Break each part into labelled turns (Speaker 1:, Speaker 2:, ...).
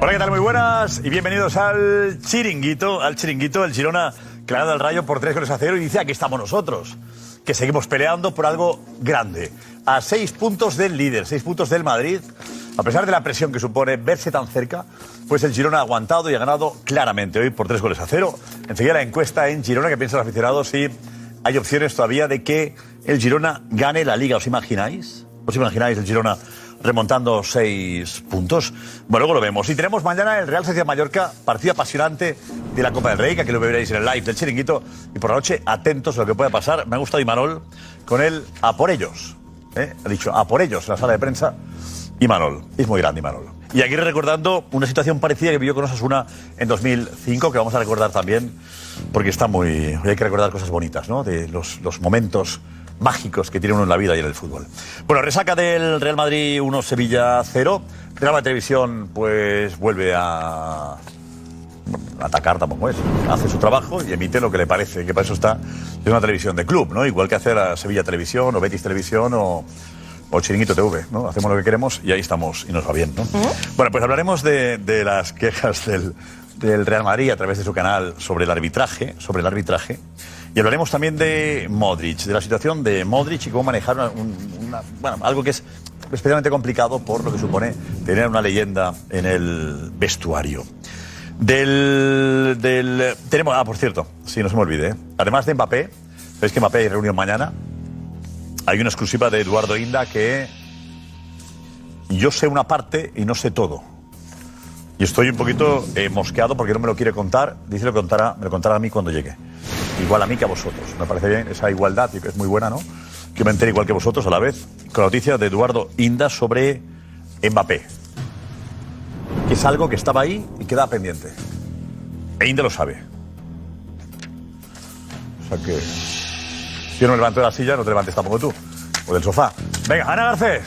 Speaker 1: Hola, ¿qué tal? Muy buenas y bienvenidos al chiringuito, al chiringuito, el Girona que le ha dado al Rayo por 3 goles a 0 y dice, aquí estamos nosotros, que seguimos peleando por algo grande. A 6 puntos del líder, 6 puntos del Madrid, a pesar de la presión que supone verse tan cerca, pues el Girona ha aguantado y ha ganado claramente hoy por 3 goles a 0. Enseguida la encuesta en Girona que piensan los aficionados si hay opciones todavía de que el Girona gane la Liga, ¿os imagináis? ¿Os imagináis el Girona remontando seis puntos. Bueno, luego lo vemos. Y tenemos mañana el Real Sociedad Mallorca, partido apasionante de la Copa del Rey, que aquí lo veréis en el live del chiringuito. Y por la noche, atentos a lo que pueda pasar. Me ha gustado Imanol con el a por ellos. ¿eh? Ha dicho a por ellos en la sala de prensa. Imanol, es muy grande Imanol. Y aquí recordando una situación parecida que vivió con Osasuna en 2005, que vamos a recordar también, porque está muy. Hay que recordar cosas bonitas, ¿no? De los, los momentos mágicos que tiene uno en la vida y en el fútbol. Bueno, resaca del Real Madrid 1, Sevilla 0. Real Madrid Televisión, pues vuelve a atacar tampoco es. Hace su trabajo y emite lo que le parece, que para eso está es una televisión de club, ¿no? Igual que hace la Sevilla Televisión o Betis Televisión o, o Chiringuito TV, ¿no? Hacemos lo que queremos y ahí estamos y nos va bien, ¿no? Bueno, pues hablaremos de, de las quejas del, del Real Madrid a través de su canal sobre el arbitraje, sobre el arbitraje. Y hablaremos también de Modric, de la situación de Modric y cómo manejar una- un- una- bueno, algo que es especialmente complicado por lo que supone tener una leyenda en el vestuario. Del, del- tenemos, ah, por cierto, sí, no se me olvide. ¿eh? Además de Mbappé, sabéis que Mbappé hay reunión mañana. Hay una exclusiva de Eduardo Inda que yo sé una parte y no sé todo. Y estoy un poquito eh, mosqueado porque no me lo quiere contar. Dice lo contará, me lo contará a mí cuando llegue. Igual a mí que a vosotros. Me parece bien esa igualdad, y que es muy buena, ¿no? Que me entere igual que vosotros a la vez. Con la noticia de Eduardo Inda sobre Mbappé. Que es algo que estaba ahí y queda pendiente. E Inda lo sabe. O sea que. Si yo no me levanto de la silla, no te levantes tampoco tú. O del sofá. Venga, Ana Garcés.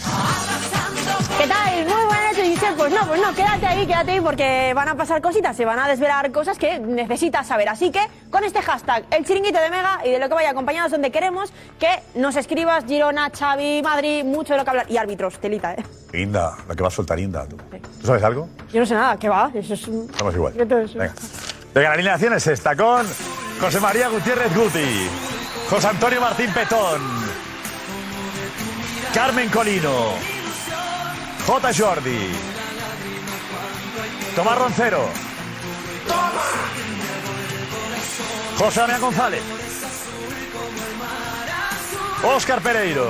Speaker 2: ¿Qué tal? Muy buenas noches, Giselle. Pues no, pues no, quédate ahí, quédate ahí, porque van a pasar cositas, se van a desvelar cosas que necesitas saber. Así que con este hashtag, el chiringuito de Mega y de lo que vaya acompañados, donde queremos que nos escribas Girona, Xavi, Madrid, mucho de lo que hablar. Y árbitros, telita, ¿eh?
Speaker 1: Inda, la que va a soltar Inda. ¿Tú, ¿Tú sabes algo?
Speaker 2: Yo no sé nada, ¿qué va? Eso es un...
Speaker 1: Estamos igual.
Speaker 2: Yo todo eso.
Speaker 1: Venga. Venga, la alineación es esta con José María Gutiérrez Guti, José Antonio Martín Petón, Carmen Colino, J. Jordi, Tomás Roncero, José Damián González, Óscar Pereiro.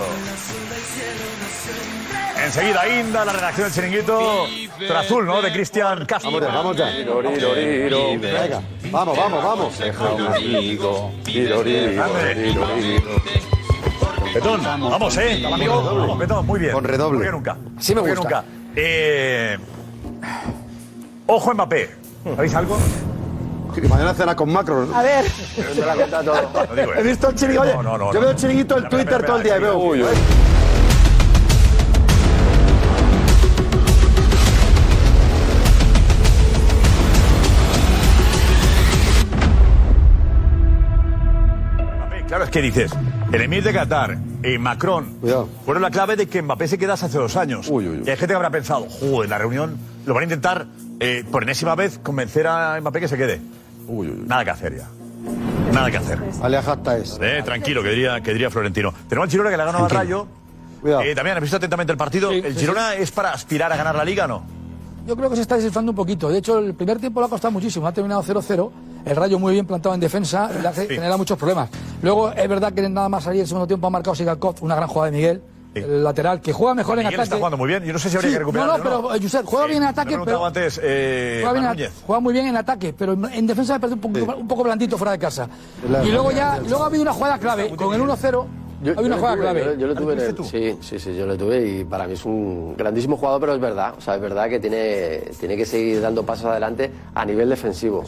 Speaker 1: Enseguida Inda, la redacción del chiringuito, Trazul, ¿no? De Cristian Castro.
Speaker 3: Vamos ya, vamos ya. Venga, vamos, vamos, vamos.
Speaker 1: Petón, vamos, eh. Amigo, vamos, Petón, muy bien.
Speaker 3: Con redoble.
Speaker 1: Mejor que nunca.
Speaker 3: Sí me
Speaker 1: Mejor que
Speaker 3: gusta.
Speaker 1: nunca. Eh, Ojo a Mbappé. ¿Sabéis algo?
Speaker 3: Y Hmm. mañana cena con Macron.
Speaker 2: A ver,
Speaker 1: No digo, eh.
Speaker 3: He visto el chiringuito. Oye,
Speaker 1: No, no, no,
Speaker 3: yo
Speaker 1: no.
Speaker 3: veo el chiringuito en
Speaker 1: Espera,
Speaker 3: Twitter
Speaker 1: espera,
Speaker 3: todo el día y
Speaker 1: espera,
Speaker 3: veo.
Speaker 1: Mbappé, Claro, es que dices, el emir de Qatar y Macron
Speaker 3: Cuidado.
Speaker 1: fueron la clave de que Mbappé se quedase hace dos años.
Speaker 3: Uy, uy, uy.
Speaker 1: Y hay gente que habrá pensado, "Joder, en la reunión lo van a intentar eh, por enésima vez convencer a Mbappé que se quede.
Speaker 3: Uy, uy, uy.
Speaker 1: Nada que hacer ya. Nada que hacer.
Speaker 3: Aleja hasta es.
Speaker 1: Eh, tranquilo, que diría, que diría Florentino. Tenemos al Girona que le ha ganado al Rayo.
Speaker 3: Cuidado.
Speaker 1: Eh, también, ¿has visto atentamente el partido? ¿El Girona es para aspirar a ganar la Liga o no?
Speaker 4: Yo creo que se está desinflando un poquito. De hecho, el primer tiempo le ha costado muchísimo. Ha terminado 0-0. El Rayo muy bien plantado en defensa. Le hace,
Speaker 1: Sí.
Speaker 4: genera muchos problemas. Luego, es verdad que nada más salir el segundo tiempo ha marcado Sigalkov una gran jugada de Miguel.
Speaker 1: Sí.
Speaker 4: El lateral que juega mejor en
Speaker 1: Miguel
Speaker 4: ataque.
Speaker 1: está jugando muy bien. Yo no sé si habría
Speaker 4: Sí,
Speaker 1: que recuperar.
Speaker 4: No, no, pero eh, Josep, juega bien en ataque, pero
Speaker 1: antes, eh,
Speaker 4: juega, bien en-
Speaker 1: Núñez.
Speaker 4: juega muy bien en ataque, pero en- en defensa le parece un poco, un poco blandito fuera de casa.
Speaker 3: La-
Speaker 4: y luego ya, luego ha habido una jugada clave. Con el 1-0 ha habido una jugada clave.
Speaker 5: Yo, yo lo
Speaker 1: ¿La
Speaker 5: tuve en
Speaker 1: tuviste
Speaker 5: el-
Speaker 1: tú?
Speaker 5: Sí, sí, sí, yo lo tuve y para mí es un grandísimo jugador, pero es verdad. O sea, es verdad que tiene, tiene que seguir dando pasos adelante a nivel defensivo.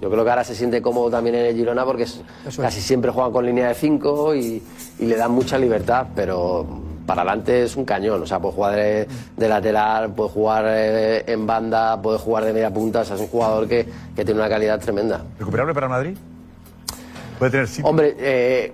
Speaker 5: Yo creo que ahora se siente cómodo también en el Girona porque es-
Speaker 4: Eso es.
Speaker 5: casi siempre juegan con línea de 5 y, y le dan mucha libertad, pero para adelante es un cañón. O sea, puede jugar de, de lateral, puede jugar eh, en banda, puede jugar de media punta. O sea, es un jugador que, que tiene una calidad tremenda.
Speaker 1: ¿Recuperable para Madrid? Puede tener sitio.
Speaker 5: Hombre, eh,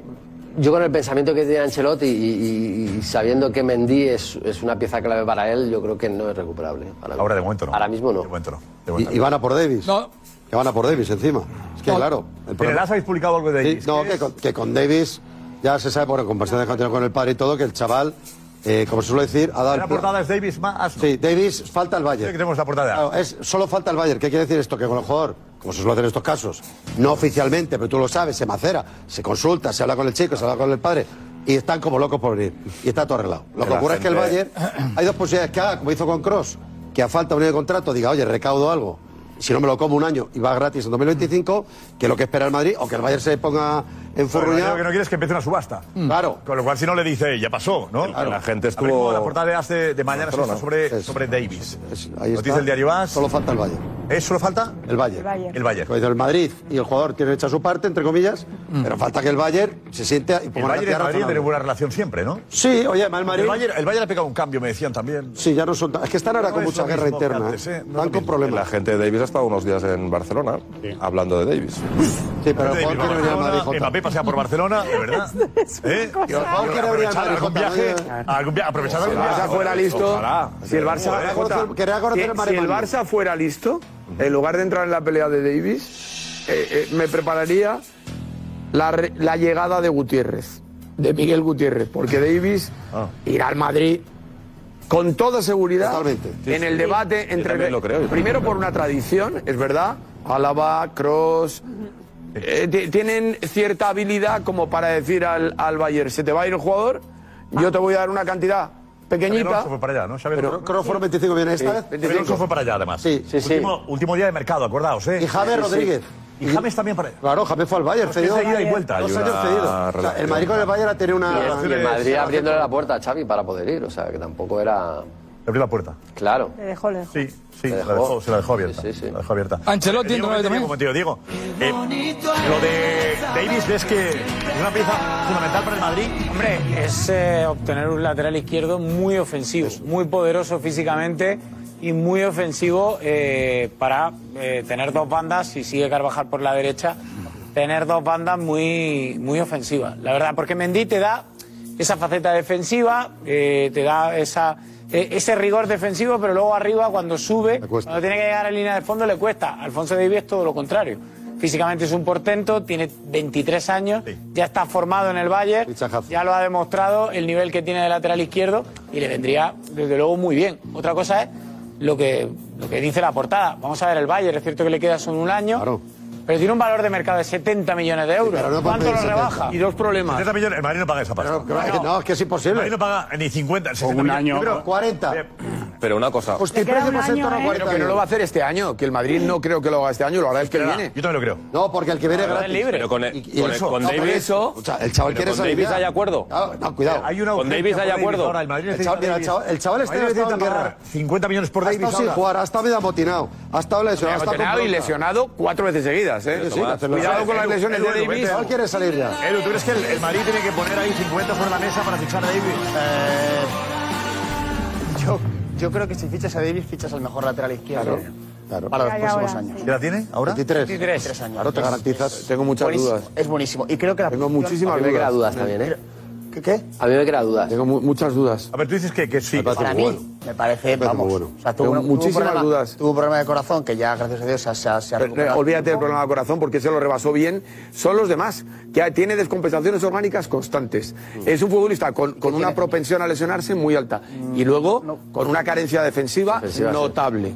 Speaker 5: yo con el pensamiento que tiene Ancelotti y, y- y sabiendo que Mendy es, es una pieza clave para él, yo creo que no es recuperable. Ahora, de momento no. Ahora mismo no. De momento no.
Speaker 1: momento
Speaker 5: y, van a por Davis.
Speaker 4: No.
Speaker 5: Que van a por Davis encima.
Speaker 3: Es que claro. el
Speaker 1: ¿En el
Speaker 3: problema-
Speaker 1: AS habéis publicado algo de
Speaker 3: Sí,
Speaker 1: Davis?
Speaker 3: no,
Speaker 1: ¿Qué
Speaker 3: que
Speaker 1: es?
Speaker 3: con, que con Davis ya se sabe por conversaciones que han tenido con el padre y todo que el chaval, eh, como se suele decir, ha dado. el
Speaker 1: La
Speaker 3: pla-
Speaker 1: portada es Davis más Asno.
Speaker 3: Sí, Davis, falta el Bayern.
Speaker 1: tenemos la portada.
Speaker 3: Claro, es, solo falta el Bayern. ¿Qué quiere decir esto? Que con el jugador, como se suele hacer en estos casos, no oficialmente, pero tú lo sabes, se macera, se consulta, se habla con el chico, se habla con el padre. Y están como locos por venir. Y está todo arreglado. Lo que
Speaker 6: La
Speaker 3: ocurre es que el Bayern.
Speaker 6: gente-
Speaker 3: Hay dos posibilidades que haga, como hizo con Cross, que a falta de un año de contrato diga, oye, recaudo algo. Si no me lo como un año y va gratis en 2025, que lo que espera el Madrid, o que el Bayern se ponga en
Speaker 1: Bueno, lo que
Speaker 3: furruña.
Speaker 1: no quieres es que empiece una subasta.
Speaker 3: Claro.
Speaker 1: Con lo cual, si no le dice, ya pasó, ¿no?
Speaker 3: Claro. La gente estuvo-
Speaker 1: Abrimos La portada de AS de, de mañana se
Speaker 3: Barcelona.
Speaker 1: está sobre,
Speaker 3: Es-
Speaker 1: sobre Davis.
Speaker 3: Ahí
Speaker 1: Nos dice
Speaker 3: está.
Speaker 1: el diario AS.
Speaker 3: Solo falta el Bayern.
Speaker 1: ¿Es solo falta?
Speaker 3: El Bayern.
Speaker 1: El Bayern. Mm.
Speaker 3: Pues El Madrid y el jugador tienen hecha su parte, entre comillas, pero falta que el Bayern se siente y
Speaker 1: El
Speaker 3: ponga una
Speaker 1: Bayern y el
Speaker 3: cantidad
Speaker 1: Madrid tienen
Speaker 3: razonable.
Speaker 1: buena relación siempre, ¿no?
Speaker 3: Sí, oye, además el Madrid-
Speaker 1: El Bayern, el Bayern ha pegado un cambio, me decían también.
Speaker 3: Sí, ya no son. tan- Es que están ahora
Speaker 1: No
Speaker 3: con
Speaker 1: es
Speaker 3: mucha
Speaker 1: Pues lo
Speaker 3: guerra
Speaker 1: mismo que
Speaker 3: interna.
Speaker 1: antes,
Speaker 3: ¿eh?
Speaker 1: ¿eh? No
Speaker 3: Van
Speaker 1: es lo
Speaker 3: con
Speaker 1: mismo.
Speaker 3: problemas.
Speaker 6: La gente de Davis ha estado unos días en Barcelona hablando de Davis.
Speaker 3: Sí, pero el
Speaker 1: Davis
Speaker 3: jugador
Speaker 1: va a
Speaker 3: quiere venir al Madrid
Speaker 1: Barcelona,
Speaker 3: Jota.
Speaker 1: Mbappé pasea por Barcelona, de verdad. ¿Eh? Y
Speaker 3: El jugador quiere venir al
Speaker 1: aprovechar
Speaker 3: Madrid
Speaker 1: algún
Speaker 3: Jota,
Speaker 1: viaje,
Speaker 3: ¿no?
Speaker 1: algún viaje, aprovechar
Speaker 7: Si
Speaker 1: algún
Speaker 7: el Barça
Speaker 1: viaje.
Speaker 7: fuera listo,
Speaker 6: Ojalá.
Speaker 7: si el Barça,
Speaker 3: Quería
Speaker 7: Jota,
Speaker 3: conocer- quería conocer el
Speaker 7: si- si
Speaker 3: Mario
Speaker 7: el
Speaker 3: Mario.
Speaker 7: Barça fuera listo, en lugar de entrar en la pelea de Davis, eh, eh, me prepararía la, re- la llegada de Gutiérrez, de Miguel Gutiérrez, porque Davis irá al Madrid con toda seguridad
Speaker 3: Totalmente. Sí,
Speaker 7: en el debate entre
Speaker 6: también lo creo, yo
Speaker 7: primero por una tradición, es verdad, Álava, Cross tienen cierta habilidad como para decir al, al Bayern, se te va a ir el jugador, yo te voy a dar una cantidad
Speaker 1: Xabi
Speaker 7: pequeñita.
Speaker 1: Alonso fue para allá, ¿no? Xabi
Speaker 3: Pero
Speaker 1: Alonso-
Speaker 3: creo que fueron 25 millones esta vez.
Speaker 1: Xabi Alonso fue para allá, además.
Speaker 3: Sí, sí, sí.
Speaker 1: Último, último día de mercado, acordaos, ¿eh?
Speaker 3: Y James
Speaker 1: Sí, sí.
Speaker 3: Rodríguez.
Speaker 1: Y James también para allá.
Speaker 3: Claro, James fue al Bayern,
Speaker 1: Es que es
Speaker 3: cedido.
Speaker 1: de ida y vuelta.
Speaker 3: Dos
Speaker 1: Hay
Speaker 3: años
Speaker 1: una
Speaker 3: cedido. O sea, el
Speaker 6: relación.
Speaker 3: Madrid con el Bayern ha tenido
Speaker 5: Y
Speaker 3: una.
Speaker 5: el, y el
Speaker 1: relaciones-
Speaker 5: Madrid
Speaker 1: relaciones-
Speaker 5: abriéndole la puerta a Xavi para poder ir, o sea, que tampoco era
Speaker 1: Le abrió la puerta.
Speaker 5: claro.
Speaker 8: Le dejó, le dejó.
Speaker 1: Sí, sí,
Speaker 5: La
Speaker 1: se la
Speaker 5: dejó.
Speaker 1: dejó, se la dejó abierta.
Speaker 5: Sí, sí, sí.
Speaker 1: La dejó abierta.
Speaker 4: Ancelotti,
Speaker 1: Diego,
Speaker 4: ¿no?
Speaker 1: Diego,
Speaker 4: también.
Speaker 1: un momentillo, Diego. Eh, lo de Davis ves que es una pieza fundamental para el Madrid.
Speaker 9: Hombre, es eh, obtener un lateral izquierdo muy ofensivo, muy poderoso físicamente y muy ofensivo eh, para eh, tener dos bandas, si sigue Carvajal por la derecha, tener dos bandas muy, muy ofensivas. La verdad, porque Mendy te da esa faceta defensiva, eh, te da esa, eh, ese rigor defensivo, pero luego arriba cuando sube,
Speaker 3: Le cuesta.
Speaker 9: cuando tiene que llegar a línea de fondo le cuesta. Alfonso Davies es todo lo contrario. Físicamente es un portento, tiene 23 años,
Speaker 1: Sí.
Speaker 9: ya está formado en el Bayern,
Speaker 3: Fichajazo.
Speaker 9: ya lo ha demostrado el nivel que tiene de lateral izquierdo y le vendría desde luego muy bien. Otra cosa es lo que, lo que dice la portada. Vamos a ver el Bayern, es cierto que le queda solo un año,
Speaker 3: Claro.
Speaker 9: pero tiene un valor de mercado de 70 millones de euros.
Speaker 3: pero no
Speaker 9: ¿Cuánto lo
Speaker 3: compensa tanto.
Speaker 9: rebaja?
Speaker 7: Y dos problemas.
Speaker 1: 70 millones, el Madrid no paga esa pasta.
Speaker 3: Claro, que va- No, es que es
Speaker 1: el Madrid
Speaker 3: imposible.
Speaker 1: no paga ni 50, 60
Speaker 10: un
Speaker 1: millones.
Speaker 10: año.
Speaker 1: Yo creo-
Speaker 3: 40.
Speaker 1: Eh,
Speaker 6: Pero una cosa,
Speaker 3: Hostia,
Speaker 8: Le queda
Speaker 3: precio
Speaker 8: un
Speaker 3: más en
Speaker 8: año,
Speaker 3: torno a
Speaker 8: ¿eh?
Speaker 3: 40
Speaker 7: Pero que no lo va a hacer este año, que el Madrid no creo que lo haga este año, lo hará el que viene.
Speaker 1: Yo también lo creo.
Speaker 3: No, porque el que viene es
Speaker 9: Ahora es
Speaker 3: gratis.
Speaker 9: libre.
Speaker 6: pero con,
Speaker 3: Y- y
Speaker 6: con-
Speaker 3: eso,
Speaker 6: con
Speaker 3: no, pero
Speaker 6: Davis,
Speaker 3: eso, o sea, el chaval
Speaker 6: pero
Speaker 3: quiere
Speaker 6: con
Speaker 3: salir
Speaker 6: Davis
Speaker 3: ya.
Speaker 6: hay acuerdo.
Speaker 3: Ah, no, cuidado.
Speaker 1: Hay una
Speaker 6: Con
Speaker 1: urgencia
Speaker 6: Davis
Speaker 1: por
Speaker 6: hay acuerdo.
Speaker 1: ahora, el Madrid
Speaker 3: El
Speaker 1: necesita
Speaker 3: chaval- mira, el
Speaker 1: Davis.
Speaker 3: chaval- el chaval está
Speaker 1: Madrid necesita
Speaker 3: en guerra.
Speaker 1: pagar 50 millones por
Speaker 3: Ha
Speaker 1: Davis
Speaker 3: estado sin
Speaker 1: ahora.
Speaker 3: jugar, ha estado medio amotinado, ha estado lesionado, ha estado
Speaker 7: Lesionado y
Speaker 3: bronca.
Speaker 7: lesionado cuatro veces seguidas, ¿eh?
Speaker 3: Sí, sí, hacerlo.
Speaker 7: Cuidado con las
Speaker 1: Edu,
Speaker 7: lesiones
Speaker 1: Edu,
Speaker 7: de
Speaker 1: Edu,
Speaker 7: Davis.
Speaker 1: vete,
Speaker 3: Él quiere salir ya.
Speaker 1: Edu, ¿tú crees que el, el Madrid tiene que poner ahí 50 sobre la mesa para fichar a Davis?
Speaker 11: Eh, Yo, yo creo que si fichas a Davis, fichas al mejor lateral izquierdo
Speaker 3: Claro.
Speaker 11: para los
Speaker 8: Ya, ya,
Speaker 11: próximos
Speaker 8: ahora,
Speaker 11: años.
Speaker 1: ¿Qué la tiene ahora?
Speaker 3: 23.
Speaker 11: Tres años.
Speaker 3: Claro, te garantizas.
Speaker 7: Tengo muchas
Speaker 11: Buenísimo,
Speaker 7: dudas.
Speaker 11: Es buenísimo. Y creo que la
Speaker 7: Tengo
Speaker 11: función-
Speaker 7: muchísimas
Speaker 5: A mí me
Speaker 7: dudas.
Speaker 5: queda dudas también, ¿eh?
Speaker 11: ¿Qué? qué?
Speaker 5: A mí me queda dudas.
Speaker 7: Tengo mu- muchas dudas.
Speaker 1: A ver, tú dices que, que sí.
Speaker 11: Para mí, me parece,
Speaker 3: muy
Speaker 11: vamos.
Speaker 3: bueno.
Speaker 11: o sea,
Speaker 7: Tengo
Speaker 11: un- un
Speaker 7: muchísimas
Speaker 11: problema-
Speaker 7: dudas.
Speaker 11: Tuvo un problema de corazón que ya, gracias a Dios, se ha, se ha- se ha
Speaker 7: Eh, eh,
Speaker 11: recuperado.
Speaker 7: Olvídate del problema de corazón porque se lo rebasó bien. Son los demás, que tiene descompensaciones orgánicas constantes.
Speaker 5: Mm.
Speaker 7: Es un futbolista con, con una propensión a lesionarse muy alta. Y luego con una carencia defensiva
Speaker 5: Defensiva, sí.
Speaker 7: notable.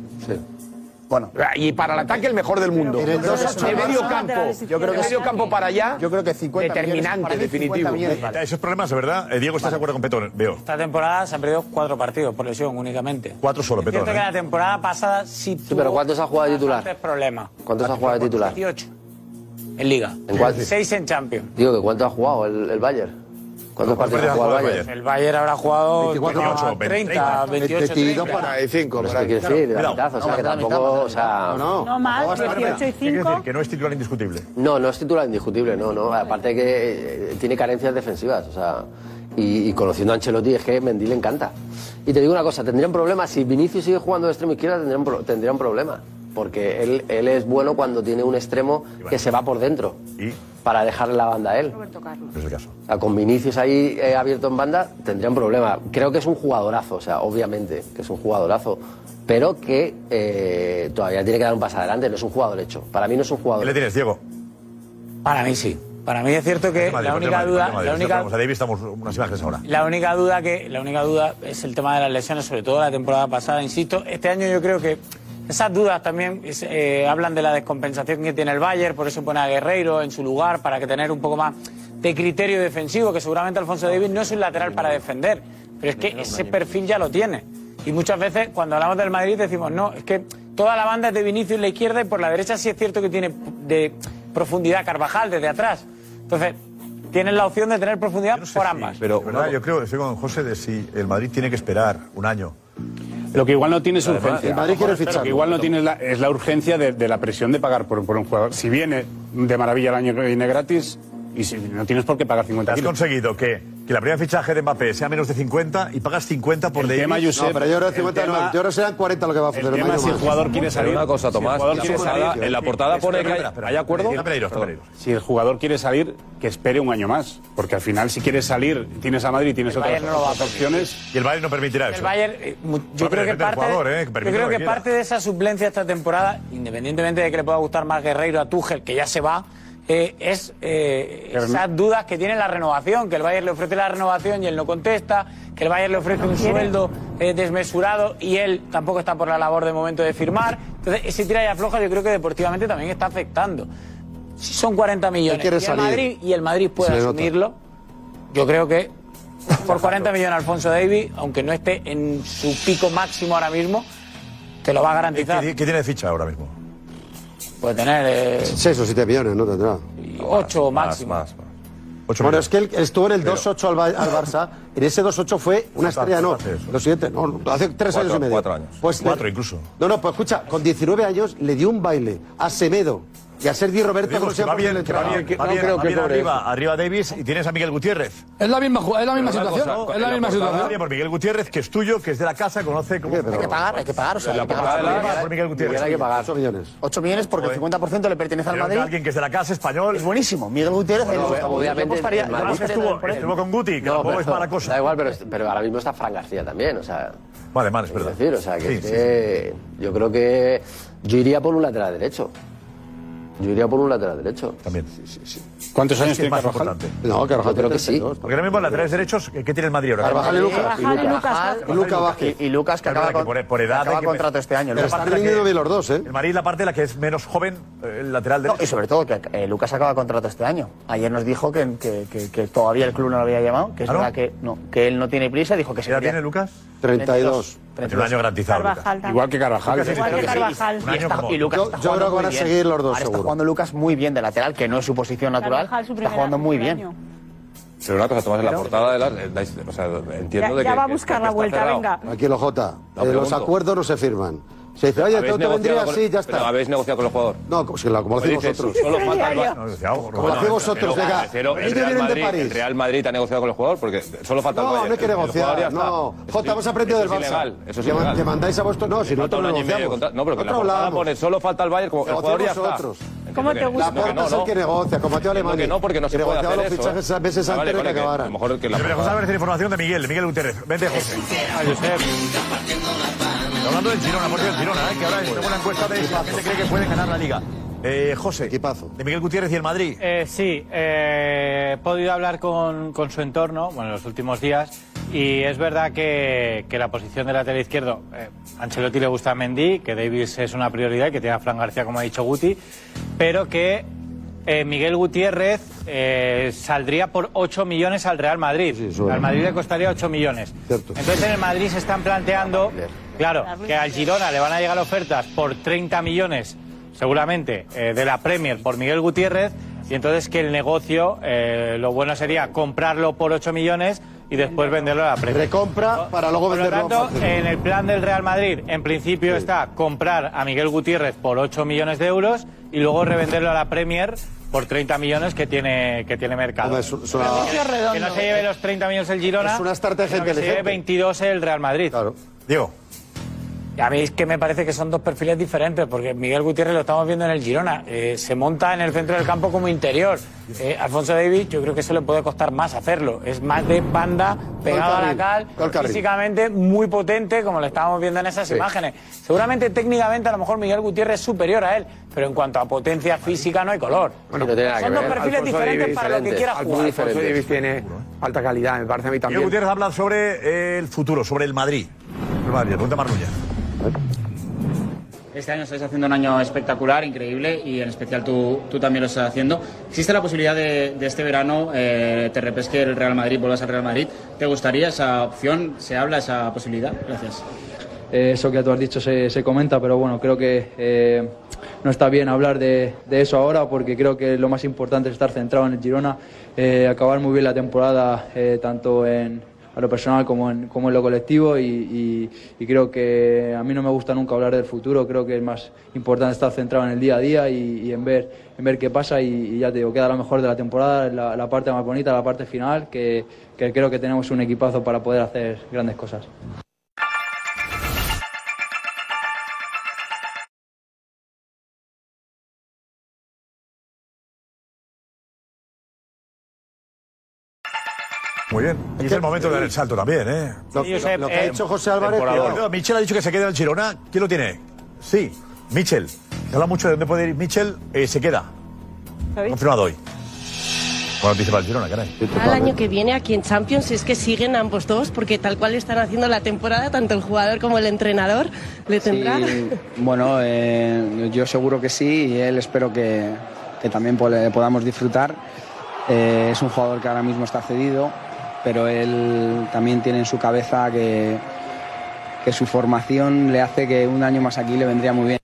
Speaker 11: Bueno,
Speaker 7: Y para el ataque el mejor del mundo.
Speaker 3: Tiene dos
Speaker 7: De
Speaker 3: ocho-
Speaker 7: medio campo.
Speaker 8: Yo creo que
Speaker 7: de medio
Speaker 8: sí.
Speaker 7: campo para allá.
Speaker 11: yo creo que 50 millones,
Speaker 7: Determinante,
Speaker 11: para mí 50
Speaker 7: definitivo.
Speaker 11: millones, vale.
Speaker 1: Esos problemas, de verdad. Eh, Diego, ¿estás de acuerdo con Petón? Veo.
Speaker 9: Esta temporada se han perdido cuatro partidos por lesión únicamente.
Speaker 1: Cuatro solo,
Speaker 9: Es cierto
Speaker 1: Petón,
Speaker 9: que
Speaker 1: ¿eh?
Speaker 9: la temporada pasada sí tuvo
Speaker 5: pero ¿cuántos ha jugado de titular?
Speaker 9: bastantes problemas.
Speaker 5: ¿Cuántos ha jugado de titular?
Speaker 9: 18 en Liga.
Speaker 5: ¿En cuántos?
Speaker 9: Seis en Champions.
Speaker 5: Digo, que ¿cuánto ha jugado el, el Bayern? ¿Cuántos
Speaker 1: ¿Cuántos
Speaker 5: partidos ha
Speaker 1: partidos
Speaker 5: jugado
Speaker 1: ha
Speaker 5: el
Speaker 1: jugado
Speaker 5: Bayern?
Speaker 1: el
Speaker 9: El Bayern habrá jugado
Speaker 1: 24,
Speaker 9: 30,
Speaker 1: 28,
Speaker 9: 30, 28,
Speaker 3: 22
Speaker 9: 30.
Speaker 5: Pero
Speaker 7: 45, por
Speaker 5: es que
Speaker 7: ahí.
Speaker 5: quiero decir, la
Speaker 1: cuidado.
Speaker 5: mitad, o sea,
Speaker 11: No,
Speaker 5: que
Speaker 11: la mitad,
Speaker 5: tampoco,
Speaker 11: la
Speaker 5: o sea...
Speaker 3: No,
Speaker 8: No más, 18 y
Speaker 1: ¿Qué quiere
Speaker 8: 5.
Speaker 1: decir? Que no es titular indiscutible.
Speaker 5: No, no es titular indiscutible, no, no. Aparte que eh, tiene carencias defensivas, o sea. Y, y conociendo a Ancelotti es que Mendy le encanta. Y te digo una cosa, tendrían problemas, si Vinicius sigue jugando de extremo izquierda tendrían, pro- tendrían problemas. Porque él, él es bueno cuando tiene un extremo que se va por dentro. Para dejarle la banda a él.
Speaker 1: es el caso.
Speaker 5: O sea, con Vinicius ahí eh, abierto en banda tendría un problema. Creo que es un jugadorazo, o sea, obviamente que es un jugadorazo, pero que eh, todavía tiene que dar un paso adelante. No es un jugador hecho. Para mí no es un jugador. ¿Qué le
Speaker 1: tienes, Diego?
Speaker 9: Para mí sí. Para mí es cierto que
Speaker 1: Madrid,
Speaker 9: la
Speaker 1: Madrid,
Speaker 9: única
Speaker 1: Madrid, Madrid.
Speaker 9: duda, la
Speaker 1: Nosotros
Speaker 9: única
Speaker 1: vamos a Davis, estamos unas imágenes ahora.
Speaker 9: La única duda que la única duda es el tema de las lesiones, sobre todo la temporada pasada, insisto. Este año yo creo que esas dudas también es, eh, hablan de la descompensación que tiene el Bayern, por eso pone a Guerreiro en su lugar para que tener un poco más de criterio defensivo, que seguramente Alfonso Davis no es un lateral para defender, pero es que ese perfil ya lo tiene. Y muchas veces cuando hablamos del Madrid decimos, no, es que toda la banda es de Vinicius en la izquierda y por la derecha sí es cierto que tiene de profundidad Carvajal desde atrás. Entonces, tienes la opción de tener profundidad por ambas.
Speaker 1: Pero, verdad, yo creo, estoy con José, de si el Madrid tiene que esperar un año.
Speaker 12: Lo que igual no tienes
Speaker 1: Además,
Speaker 12: urgencia.
Speaker 1: el Madrid quiere
Speaker 12: Lo que
Speaker 1: ficharlo.
Speaker 12: igual no tienes la, es la urgencia de, de la presión de pagar por, por un jugador. Si viene de maravilla el año que viene gratis, y si no tienes por qué pagar 50
Speaker 1: Has
Speaker 12: kilos.
Speaker 1: conseguido que, que la primera fichaje de Mbappé sea menos de 50 y pagas 50 por
Speaker 12: El
Speaker 1: Davis.
Speaker 12: tema, Josep, No, pero yo
Speaker 13: eh,
Speaker 12: creo que el 50 no, tema- yo
Speaker 3: creo que serán 40 lo que va a
Speaker 1: hacer
Speaker 12: el tema es si el jugador quiere salir.
Speaker 6: Una cosa,
Speaker 12: si el
Speaker 6: Tomás,
Speaker 12: jugador
Speaker 6: la
Speaker 12: quiere
Speaker 6: portada-
Speaker 12: salir-
Speaker 6: en la portada
Speaker 12: Espera,
Speaker 6: pone que
Speaker 12: espera,
Speaker 6: hay-
Speaker 12: espera,
Speaker 6: hay acuerdo.
Speaker 12: espera, espera,
Speaker 6: Perdón.
Speaker 12: espera. Si el jugador quiere salir, que espere un año más. Porque al final, si quieres salir, tienes a Madrid, tienes
Speaker 9: El
Speaker 12: otras,
Speaker 9: Bayern no lo va a
Speaker 12: otras opciones.
Speaker 1: Y el Bayern no permitirá
Speaker 9: El Bayern, eh, mu- yo creo eh, que, parte, yo creo que parte de esa suplencia esta temporada, independientemente de que le pueda gustar más Guerreiro a Tuchel, que ya se va, eh, es eh,
Speaker 12: Pero no-
Speaker 9: esas dudas que tiene la renovación, que el Bayern le ofrece la renovación y él no contesta, que el Bayern le ofrece un sueldo eh, desmesurado y él tampoco está por la labor de momento de firmar. Entonces, ese tira y afloja yo creo que deportivamente también está afectando. Si son 40 millones y
Speaker 12: quiere
Speaker 9: el,
Speaker 12: salir.
Speaker 9: Madrid, y el Madrid
Speaker 12: Se
Speaker 9: puede
Speaker 12: le nota.
Speaker 9: asumirlo, yo creo que por 40 millones Alfonso Davis, aunque no esté en su pico máximo ahora mismo, te lo va a garantizar.
Speaker 1: ¿Qué tiene de ficha ahora mismo?
Speaker 9: Puede tener eh,
Speaker 3: 6 o 7 millones, no tendrá.
Speaker 9: 8 máximo.
Speaker 3: Bueno, es que él estuvo en el 2-8 al, Ba- al Barça. En ese 2-8 fue una estrella, no. Lo siguiente, no, hace tres
Speaker 6: Cuatro-
Speaker 3: años y medio.
Speaker 6: cuatro años.
Speaker 3: Pues,
Speaker 6: Cuatro
Speaker 1: incluso.
Speaker 3: No, no, pues escucha, con 19 años le dio un baile a Semedo y a Sergi Roberto
Speaker 1: Digo,
Speaker 3: como
Speaker 1: que
Speaker 3: sea
Speaker 1: va
Speaker 3: porque
Speaker 1: bien,
Speaker 3: le
Speaker 1: que va
Speaker 3: entraba.
Speaker 1: bien, que va bien, va bien arriba, arriba Davis y tienes a Miguel Gutiérrez.
Speaker 13: Es la misma, ju- es la misma
Speaker 1: Pero una
Speaker 13: situación.
Speaker 1: cosa,
Speaker 13: es la misma
Speaker 1: portada
Speaker 13: situación.
Speaker 1: sería Por Miguel Gutiérrez, que es tuyo, que es de la casa, conoce cómo.
Speaker 11: Hay que pagar, hay que pagar, o sea,
Speaker 1: La
Speaker 11: hay que pagar.
Speaker 1: portada de la-
Speaker 11: Hay que pagar.
Speaker 1: por Miguel Gutiérrez.
Speaker 11: Hay que pagar.
Speaker 3: 8 millones.
Speaker 11: 8 millones porque el 50% le pertenece al
Speaker 1: Creo que
Speaker 11: Madrid.
Speaker 1: alguien que es de la casa español. Es
Speaker 11: buenísimo. Miguel Gutiérrez,
Speaker 5: Bueno,
Speaker 11: el-
Speaker 5: obviamente,
Speaker 11: yo apostaría-
Speaker 5: el Madrid
Speaker 11: yo apostaría
Speaker 5: estuvo-
Speaker 11: por él.
Speaker 1: Estuvo con Guti, que
Speaker 5: No,
Speaker 1: tampoco
Speaker 5: pero-
Speaker 1: es mala cosa.
Speaker 5: Da igual, pero, pero ahora mismo está Fran García también, o sea.
Speaker 1: Vale, vale, es
Speaker 5: Es
Speaker 1: verdad.
Speaker 5: decir, o sea, que,
Speaker 1: Sí,
Speaker 5: es
Speaker 1: sí,
Speaker 5: que yo creo que yo iría por un lateral derecho. Yo iría por un lateral derecho.
Speaker 1: También.
Speaker 12: ¿Cuántos
Speaker 1: años Es que tiene es más Carvajal? importante.
Speaker 3: No, Carvajal
Speaker 5: Yo creo que sí.
Speaker 1: Porque ahora mismo en laterales derechos, ¿qué qué tiene el Madrid ahora?
Speaker 11: Carvajal y Lucas. Carvajal y Lucas.
Speaker 1: Carvajal
Speaker 11: Y Lucas Vázquez.
Speaker 1: Y Lucas, que
Speaker 11: acaba con-
Speaker 1: por, por edad.
Speaker 11: que acaba
Speaker 1: hay
Speaker 11: contrato este año.
Speaker 1: La
Speaker 11: Pero
Speaker 1: parte
Speaker 11: están
Speaker 1: la que-
Speaker 11: rindiendo bien
Speaker 3: los dos, ¿eh?
Speaker 1: El Madrid, la parte de la que es menos joven, eh, el lateral
Speaker 11: No,
Speaker 1: derecho.
Speaker 11: y sobre todo que eh, Lucas acaba contrato este año. Ayer nos dijo que, que- que- que todavía el club no lo había llamado, que es
Speaker 1: ¿Ah, no?
Speaker 11: verdad que no, que él no tiene prisa, dijo que se
Speaker 1: ¿Qué edad
Speaker 11: quería-
Speaker 1: tiene Lucas?
Speaker 3: 32.
Speaker 1: Tiene un año garantizado.
Speaker 11: Carvajal
Speaker 1: Lucas.
Speaker 11: también. Igual que
Speaker 12: Carvajal.
Speaker 11: Lucas
Speaker 1: Igual
Speaker 11: es- creo
Speaker 1: que
Speaker 11: que sí.
Speaker 1: Carvajal. Un
Speaker 11: Y,
Speaker 1: año
Speaker 11: está-
Speaker 1: como-
Speaker 11: y Lucas
Speaker 1: Yo-
Speaker 11: está
Speaker 1: yo
Speaker 11: jugando
Speaker 1: creo que
Speaker 11: muy
Speaker 1: van a
Speaker 11: bien.
Speaker 1: seguir los dos,
Speaker 11: Ahora
Speaker 1: seguro.
Speaker 11: Está jugando Lucas muy bien de lateral, que no es su posición natural.
Speaker 14: Carvajal, su
Speaker 11: está
Speaker 14: primer-
Speaker 11: jugando muy
Speaker 14: primer
Speaker 11: bien.
Speaker 14: año.
Speaker 6: Pero una cosa, Tomás, en la portada de la... eh, dais- O sea, entiendo
Speaker 14: Ya-
Speaker 6: de
Speaker 14: ya
Speaker 6: que...
Speaker 14: va a
Speaker 6: que-
Speaker 14: buscar
Speaker 6: que
Speaker 14: la
Speaker 6: está
Speaker 14: vuelta,
Speaker 6: cerrado.
Speaker 14: venga.
Speaker 3: Tranquilo, Jota.
Speaker 6: No,
Speaker 3: Eh, los
Speaker 6: pregunto.
Speaker 3: acuerdos no se firman. Se dice, oye,
Speaker 6: ¿Habéis
Speaker 3: tú te
Speaker 6: negociado
Speaker 3: vendría
Speaker 6: con-
Speaker 3: así, ya
Speaker 6: pero
Speaker 3: está.
Speaker 6: ¿Habéis negociado con el jugador?
Speaker 3: No, como, si la- como lo
Speaker 6: Pues
Speaker 3: hacéis
Speaker 6: dices,
Speaker 3: vosros.
Speaker 6: solo falta el Barça.
Speaker 3: Como lo hacéis vosotros,
Speaker 6: Pero,
Speaker 3: venga.
Speaker 6: pero el,
Speaker 3: Ellos
Speaker 6: Real
Speaker 3: vienen de
Speaker 6: Madrid,
Speaker 3: París.
Speaker 6: el Real Madrid ha negociado con el jugador porque solo falta el
Speaker 3: No,
Speaker 6: Bayern.
Speaker 3: no hay que
Speaker 6: El- el jugador ya
Speaker 3: negociar,
Speaker 6: está.
Speaker 3: no.
Speaker 6: Eso
Speaker 3: Jota,
Speaker 6: sí-
Speaker 3: hemos aprendido del
Speaker 6: eso es
Speaker 3: Barça.
Speaker 6: ilegal, Eso es
Speaker 3: que,
Speaker 6: ilegal.
Speaker 3: que mandáis a vosotros, no, si
Speaker 6: Falta
Speaker 3: nosotros
Speaker 6: un
Speaker 3: no
Speaker 6: año y medio de
Speaker 3: negociamos.
Speaker 6: contrato. No, pero que en la
Speaker 3: Nosotros
Speaker 6: portada
Speaker 3: hablábamos.
Speaker 6: pone solo falta el Bayern como el
Speaker 3: Negociamos
Speaker 6: jugador ya está.
Speaker 3: nosotros.
Speaker 6: Entiendo
Speaker 3: ¿Cómo te
Speaker 6: que-
Speaker 3: gusta?
Speaker 6: entiendo que
Speaker 3: Laporta es el que negocia, como a ti
Speaker 6: Entiendo
Speaker 3: Alemania,
Speaker 6: que no, porque no
Speaker 3: que
Speaker 6: se puede
Speaker 3: negociaba
Speaker 6: hacer
Speaker 3: los
Speaker 6: eso,
Speaker 3: fichajes
Speaker 6: ¿eh?
Speaker 3: a veces
Speaker 6: Ah, vale,
Speaker 3: antes de
Speaker 6: coño,
Speaker 3: que acabaran.
Speaker 6: A lo mejor que la
Speaker 1: Pero José,
Speaker 6: portada-
Speaker 1: a ver si hay información de Miguel, de Miguel Gutiérrez. Vente, José. Está hablando del Girona, por cierto, el Girona, ¿eh? que ahora es una encuesta de si la gente cree que puede ganar la Liga. Eh, José, de Miguel Gutiérrez y el Madrid.
Speaker 15: Eh, sí, eh, he podido hablar con, con su entorno bueno, en los últimos días y es verdad que, que la posición del lateral izquierdo, eh, a Ancelotti le gusta a Mendy, que Davis es una prioridad y que tiene a Fran García, como ha dicho Guti, pero que eh, Miguel Gutiérrez eh, saldría por 8 millones al Real Madrid.
Speaker 3: sube.
Speaker 15: al Madrid le costaría 8 millones. Entonces en el Madrid se están planteando, claro, que al Girona le van a llegar ofertas por 30 millones, seguramente, eh, de la Premier por Miguel Gutiérrez, y entonces que el negocio, eh, lo bueno sería comprarlo por 8 millones y después venderlo a la Premier.
Speaker 3: Recompra para luego
Speaker 15: Por lo
Speaker 3: venderlo
Speaker 15: tanto,
Speaker 3: a fácil.
Speaker 15: en el plan del Real Madrid, en principio está comprar a Miguel Gutiérrez por 8 millones de euros y luego revenderlo a la Premier por 30 millones que tiene, que tiene mercado. Que no se lleve los 30 millones el Girona.
Speaker 3: Es una estrategia
Speaker 15: sino que se lleve
Speaker 3: inteligente.
Speaker 15: 22 el Real Madrid.
Speaker 3: Claro.
Speaker 1: Diego.
Speaker 9: Y a mí es que me parece que son dos perfiles diferentes, porque Miguel Gutiérrez lo estamos viendo en el Girona. eh, se monta en el centro del campo como interior. Eh, Alfonso Davis, yo creo que eso le puede costar más hacerlo. Es más de banda, pegado a la
Speaker 7: carril,
Speaker 9: cal,
Speaker 7: col carril.
Speaker 9: físicamente muy potente, como lo estábamos viendo en esas
Speaker 7: Sí.
Speaker 9: imágenes. Seguramente técnicamente a lo mejor Miguel Gutiérrez es superior a él, pero en cuanto a potencia física no hay color.
Speaker 16: no tiene nada
Speaker 9: son
Speaker 16: que
Speaker 9: dos
Speaker 16: ver.
Speaker 9: perfiles
Speaker 16: Alfonso
Speaker 9: diferentes
Speaker 16: Davies,
Speaker 9: para lo que
Speaker 16: diferentes.
Speaker 9: quiera
Speaker 16: Alfonso
Speaker 9: jugar.
Speaker 16: Davies.
Speaker 7: Alfonso Davis tiene alta calidad, me parece a mí
Speaker 1: Miguel
Speaker 7: también.
Speaker 1: Gutiérrez habla sobre eh, el futuro, sobre el Madrid. El Madrid, pregunta Marrulla.
Speaker 17: Este año estáis haciendo un año espectacular, increíble, y en especial tú, tú también lo estás haciendo. ¿Existe la posibilidad de, de este verano eh, te repesque el Real Madrid, vuelvas al Real Madrid? ¿Te gustaría esa opción? ¿Se habla esa posibilidad? Gracias.
Speaker 18: Eh, eso que tú has dicho se, se comenta, pero bueno, creo que eh, no está bien hablar de, de eso ahora porque creo que lo más importante es estar centrado en el Girona, eh, acabar muy bien la temporada, eh, tanto en a lo personal como en, como en lo colectivo y, y- y creo que a mí no me gusta nunca hablar del futuro, creo que es más importante estar centrado en el día a día y, y en, ver, en ver qué pasa y, y ya te digo, queda lo mejor de la temporada, la, la parte más bonita, la parte final, que- que creo que tenemos un equipazo para poder hacer grandes cosas.
Speaker 1: Muy bien. Y es el momento de dar el salto también, ¿eh?
Speaker 3: Lo- Sí, Josep, lo que ha eh, dicho José Álvarez,
Speaker 1: Temporada.
Speaker 3: cuidado.
Speaker 1: No, Michel ha dicho que se queda en el Girona. ¿Quién lo tiene? Sí, Michel. Se habla mucho de dónde puede ir Michel. eh, se queda. Confirmado hoy. Bueno, noticia para el Girona, caray.
Speaker 14: Al año que viene aquí en Champions es que siguen ambos dos porque tal cual están haciendo la temporada, tanto el jugador como el entrenador le tendrán.
Speaker 19: Sí, bueno, eh, yo seguro que sí y él espero que, que también pole- podamos disfrutar. Eh, es un jugador que ahora mismo está cedido, pero él también tiene en su cabeza que, que su formación le hace que un año más aquí le vendría muy bien.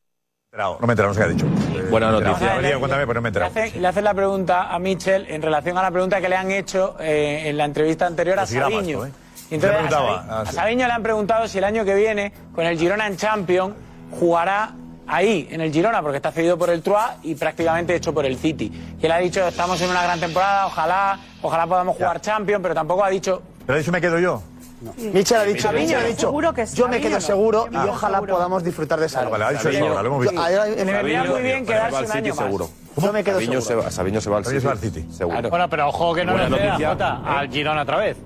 Speaker 1: Enterado, No me he enterado, no sé qué ha dicho. Buena
Speaker 9: noticia.
Speaker 1: cuéntame, pero no me he enterado.
Speaker 9: Le hacen- le hacen la pregunta a Mitchell en relación a la pregunta que le han hecho eh, en la entrevista anterior a
Speaker 11: Pues
Speaker 1: Así era
Speaker 9: Sabiño.
Speaker 1: Vasco, ¿eh?
Speaker 9: Y entonces
Speaker 1: Le
Speaker 9: a,
Speaker 1: preguntaba,
Speaker 9: Sabi-
Speaker 1: ah,
Speaker 9: a
Speaker 1: sí.
Speaker 9: Sabiño le han preguntado si el año que viene, con el Girona en Champions, jugará ahí, en el Girona, porque está cedido por el Troyes y prácticamente hecho por el City. Y él ha dicho, estamos en una gran temporada, ojalá, ojalá podamos jugar Champions, pero tampoco ha dicho...
Speaker 1: Pero eso me quedo yo.
Speaker 11: Michel ha dicho,
Speaker 9: Sabiño
Speaker 11: Michel ha
Speaker 9: ha
Speaker 11: dicho, yo me quedo seguro y ojalá podamos disfrutar de esa.
Speaker 1: Vale, ha dicho eso ahora, lo hemos visto.
Speaker 11: Yo me quedo
Speaker 6: Sabiño se,
Speaker 11: seguro.
Speaker 6: va, Sabiño se va al
Speaker 1: Sabiño
Speaker 6: City.
Speaker 1: se va al City.
Speaker 6: Seguro.
Speaker 15: Bueno, pero ojo que no
Speaker 6: Buena
Speaker 15: le ceda
Speaker 6: noticia,
Speaker 15: Jota, al Girona otra vez.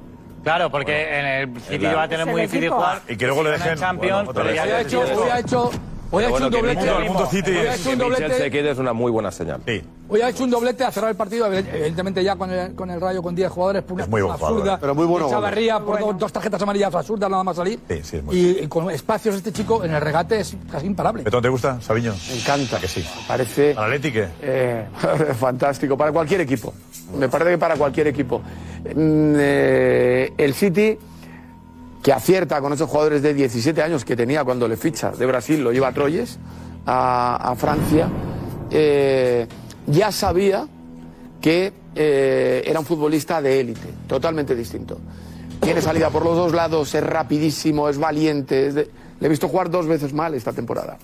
Speaker 15: Claro, porque en el City
Speaker 6: Claro.
Speaker 15: va a tener
Speaker 6: Es
Speaker 15: muy
Speaker 6: el
Speaker 15: difícil
Speaker 6: equipo.
Speaker 15: jugar.
Speaker 6: Y que luego le
Speaker 15: Girona en
Speaker 6: dejen,
Speaker 15: Champions,
Speaker 6: bueno, otra
Speaker 15: pero
Speaker 6: vez.
Speaker 15: ya
Speaker 6: Había
Speaker 15: hecho-
Speaker 6: hecho-
Speaker 4: Hoy ha hecho, hoy ha hecho un doblete. Hoy ha hecho
Speaker 6: Que
Speaker 4: un
Speaker 6: Michel se
Speaker 4: doblete.
Speaker 6: quede es una muy buena señal.
Speaker 1: Sí.
Speaker 4: Hoy ha hecho un doblete a cerrar el partido, evidentemente ya con el, con el Rayo con 10 jugadores por una
Speaker 1: muy buen
Speaker 4: cosa
Speaker 1: jugador,
Speaker 4: absurda.
Speaker 1: eh. Pero muy bueno
Speaker 4: Y Chavarría por dos, dos tarjetas amarillas absurdas nada más salir.
Speaker 1: Sí, sí, es muy
Speaker 4: y, y con espacios este chico en el regate es casi imparable.
Speaker 1: ¿Betón te gusta, Sabiño? Me
Speaker 7: encanta.
Speaker 1: Que sí.
Speaker 7: Parece...
Speaker 1: ¿Para Atleti qué?
Speaker 7: Eh, fantástico, para cualquier equipo. Me parece que para cualquier equipo. Mm, eh, el City, que acierta con esos jugadores de 17 años que tenía cuando le ficha de Brasil, lo lleva a Troyes, a, a Francia, eh, ya sabía que eh, era un futbolista de élite, totalmente distinto. Tiene salida por los dos lados, es rapidísimo, es valiente. es de- Le he visto jugar dos veces mal esta temporada.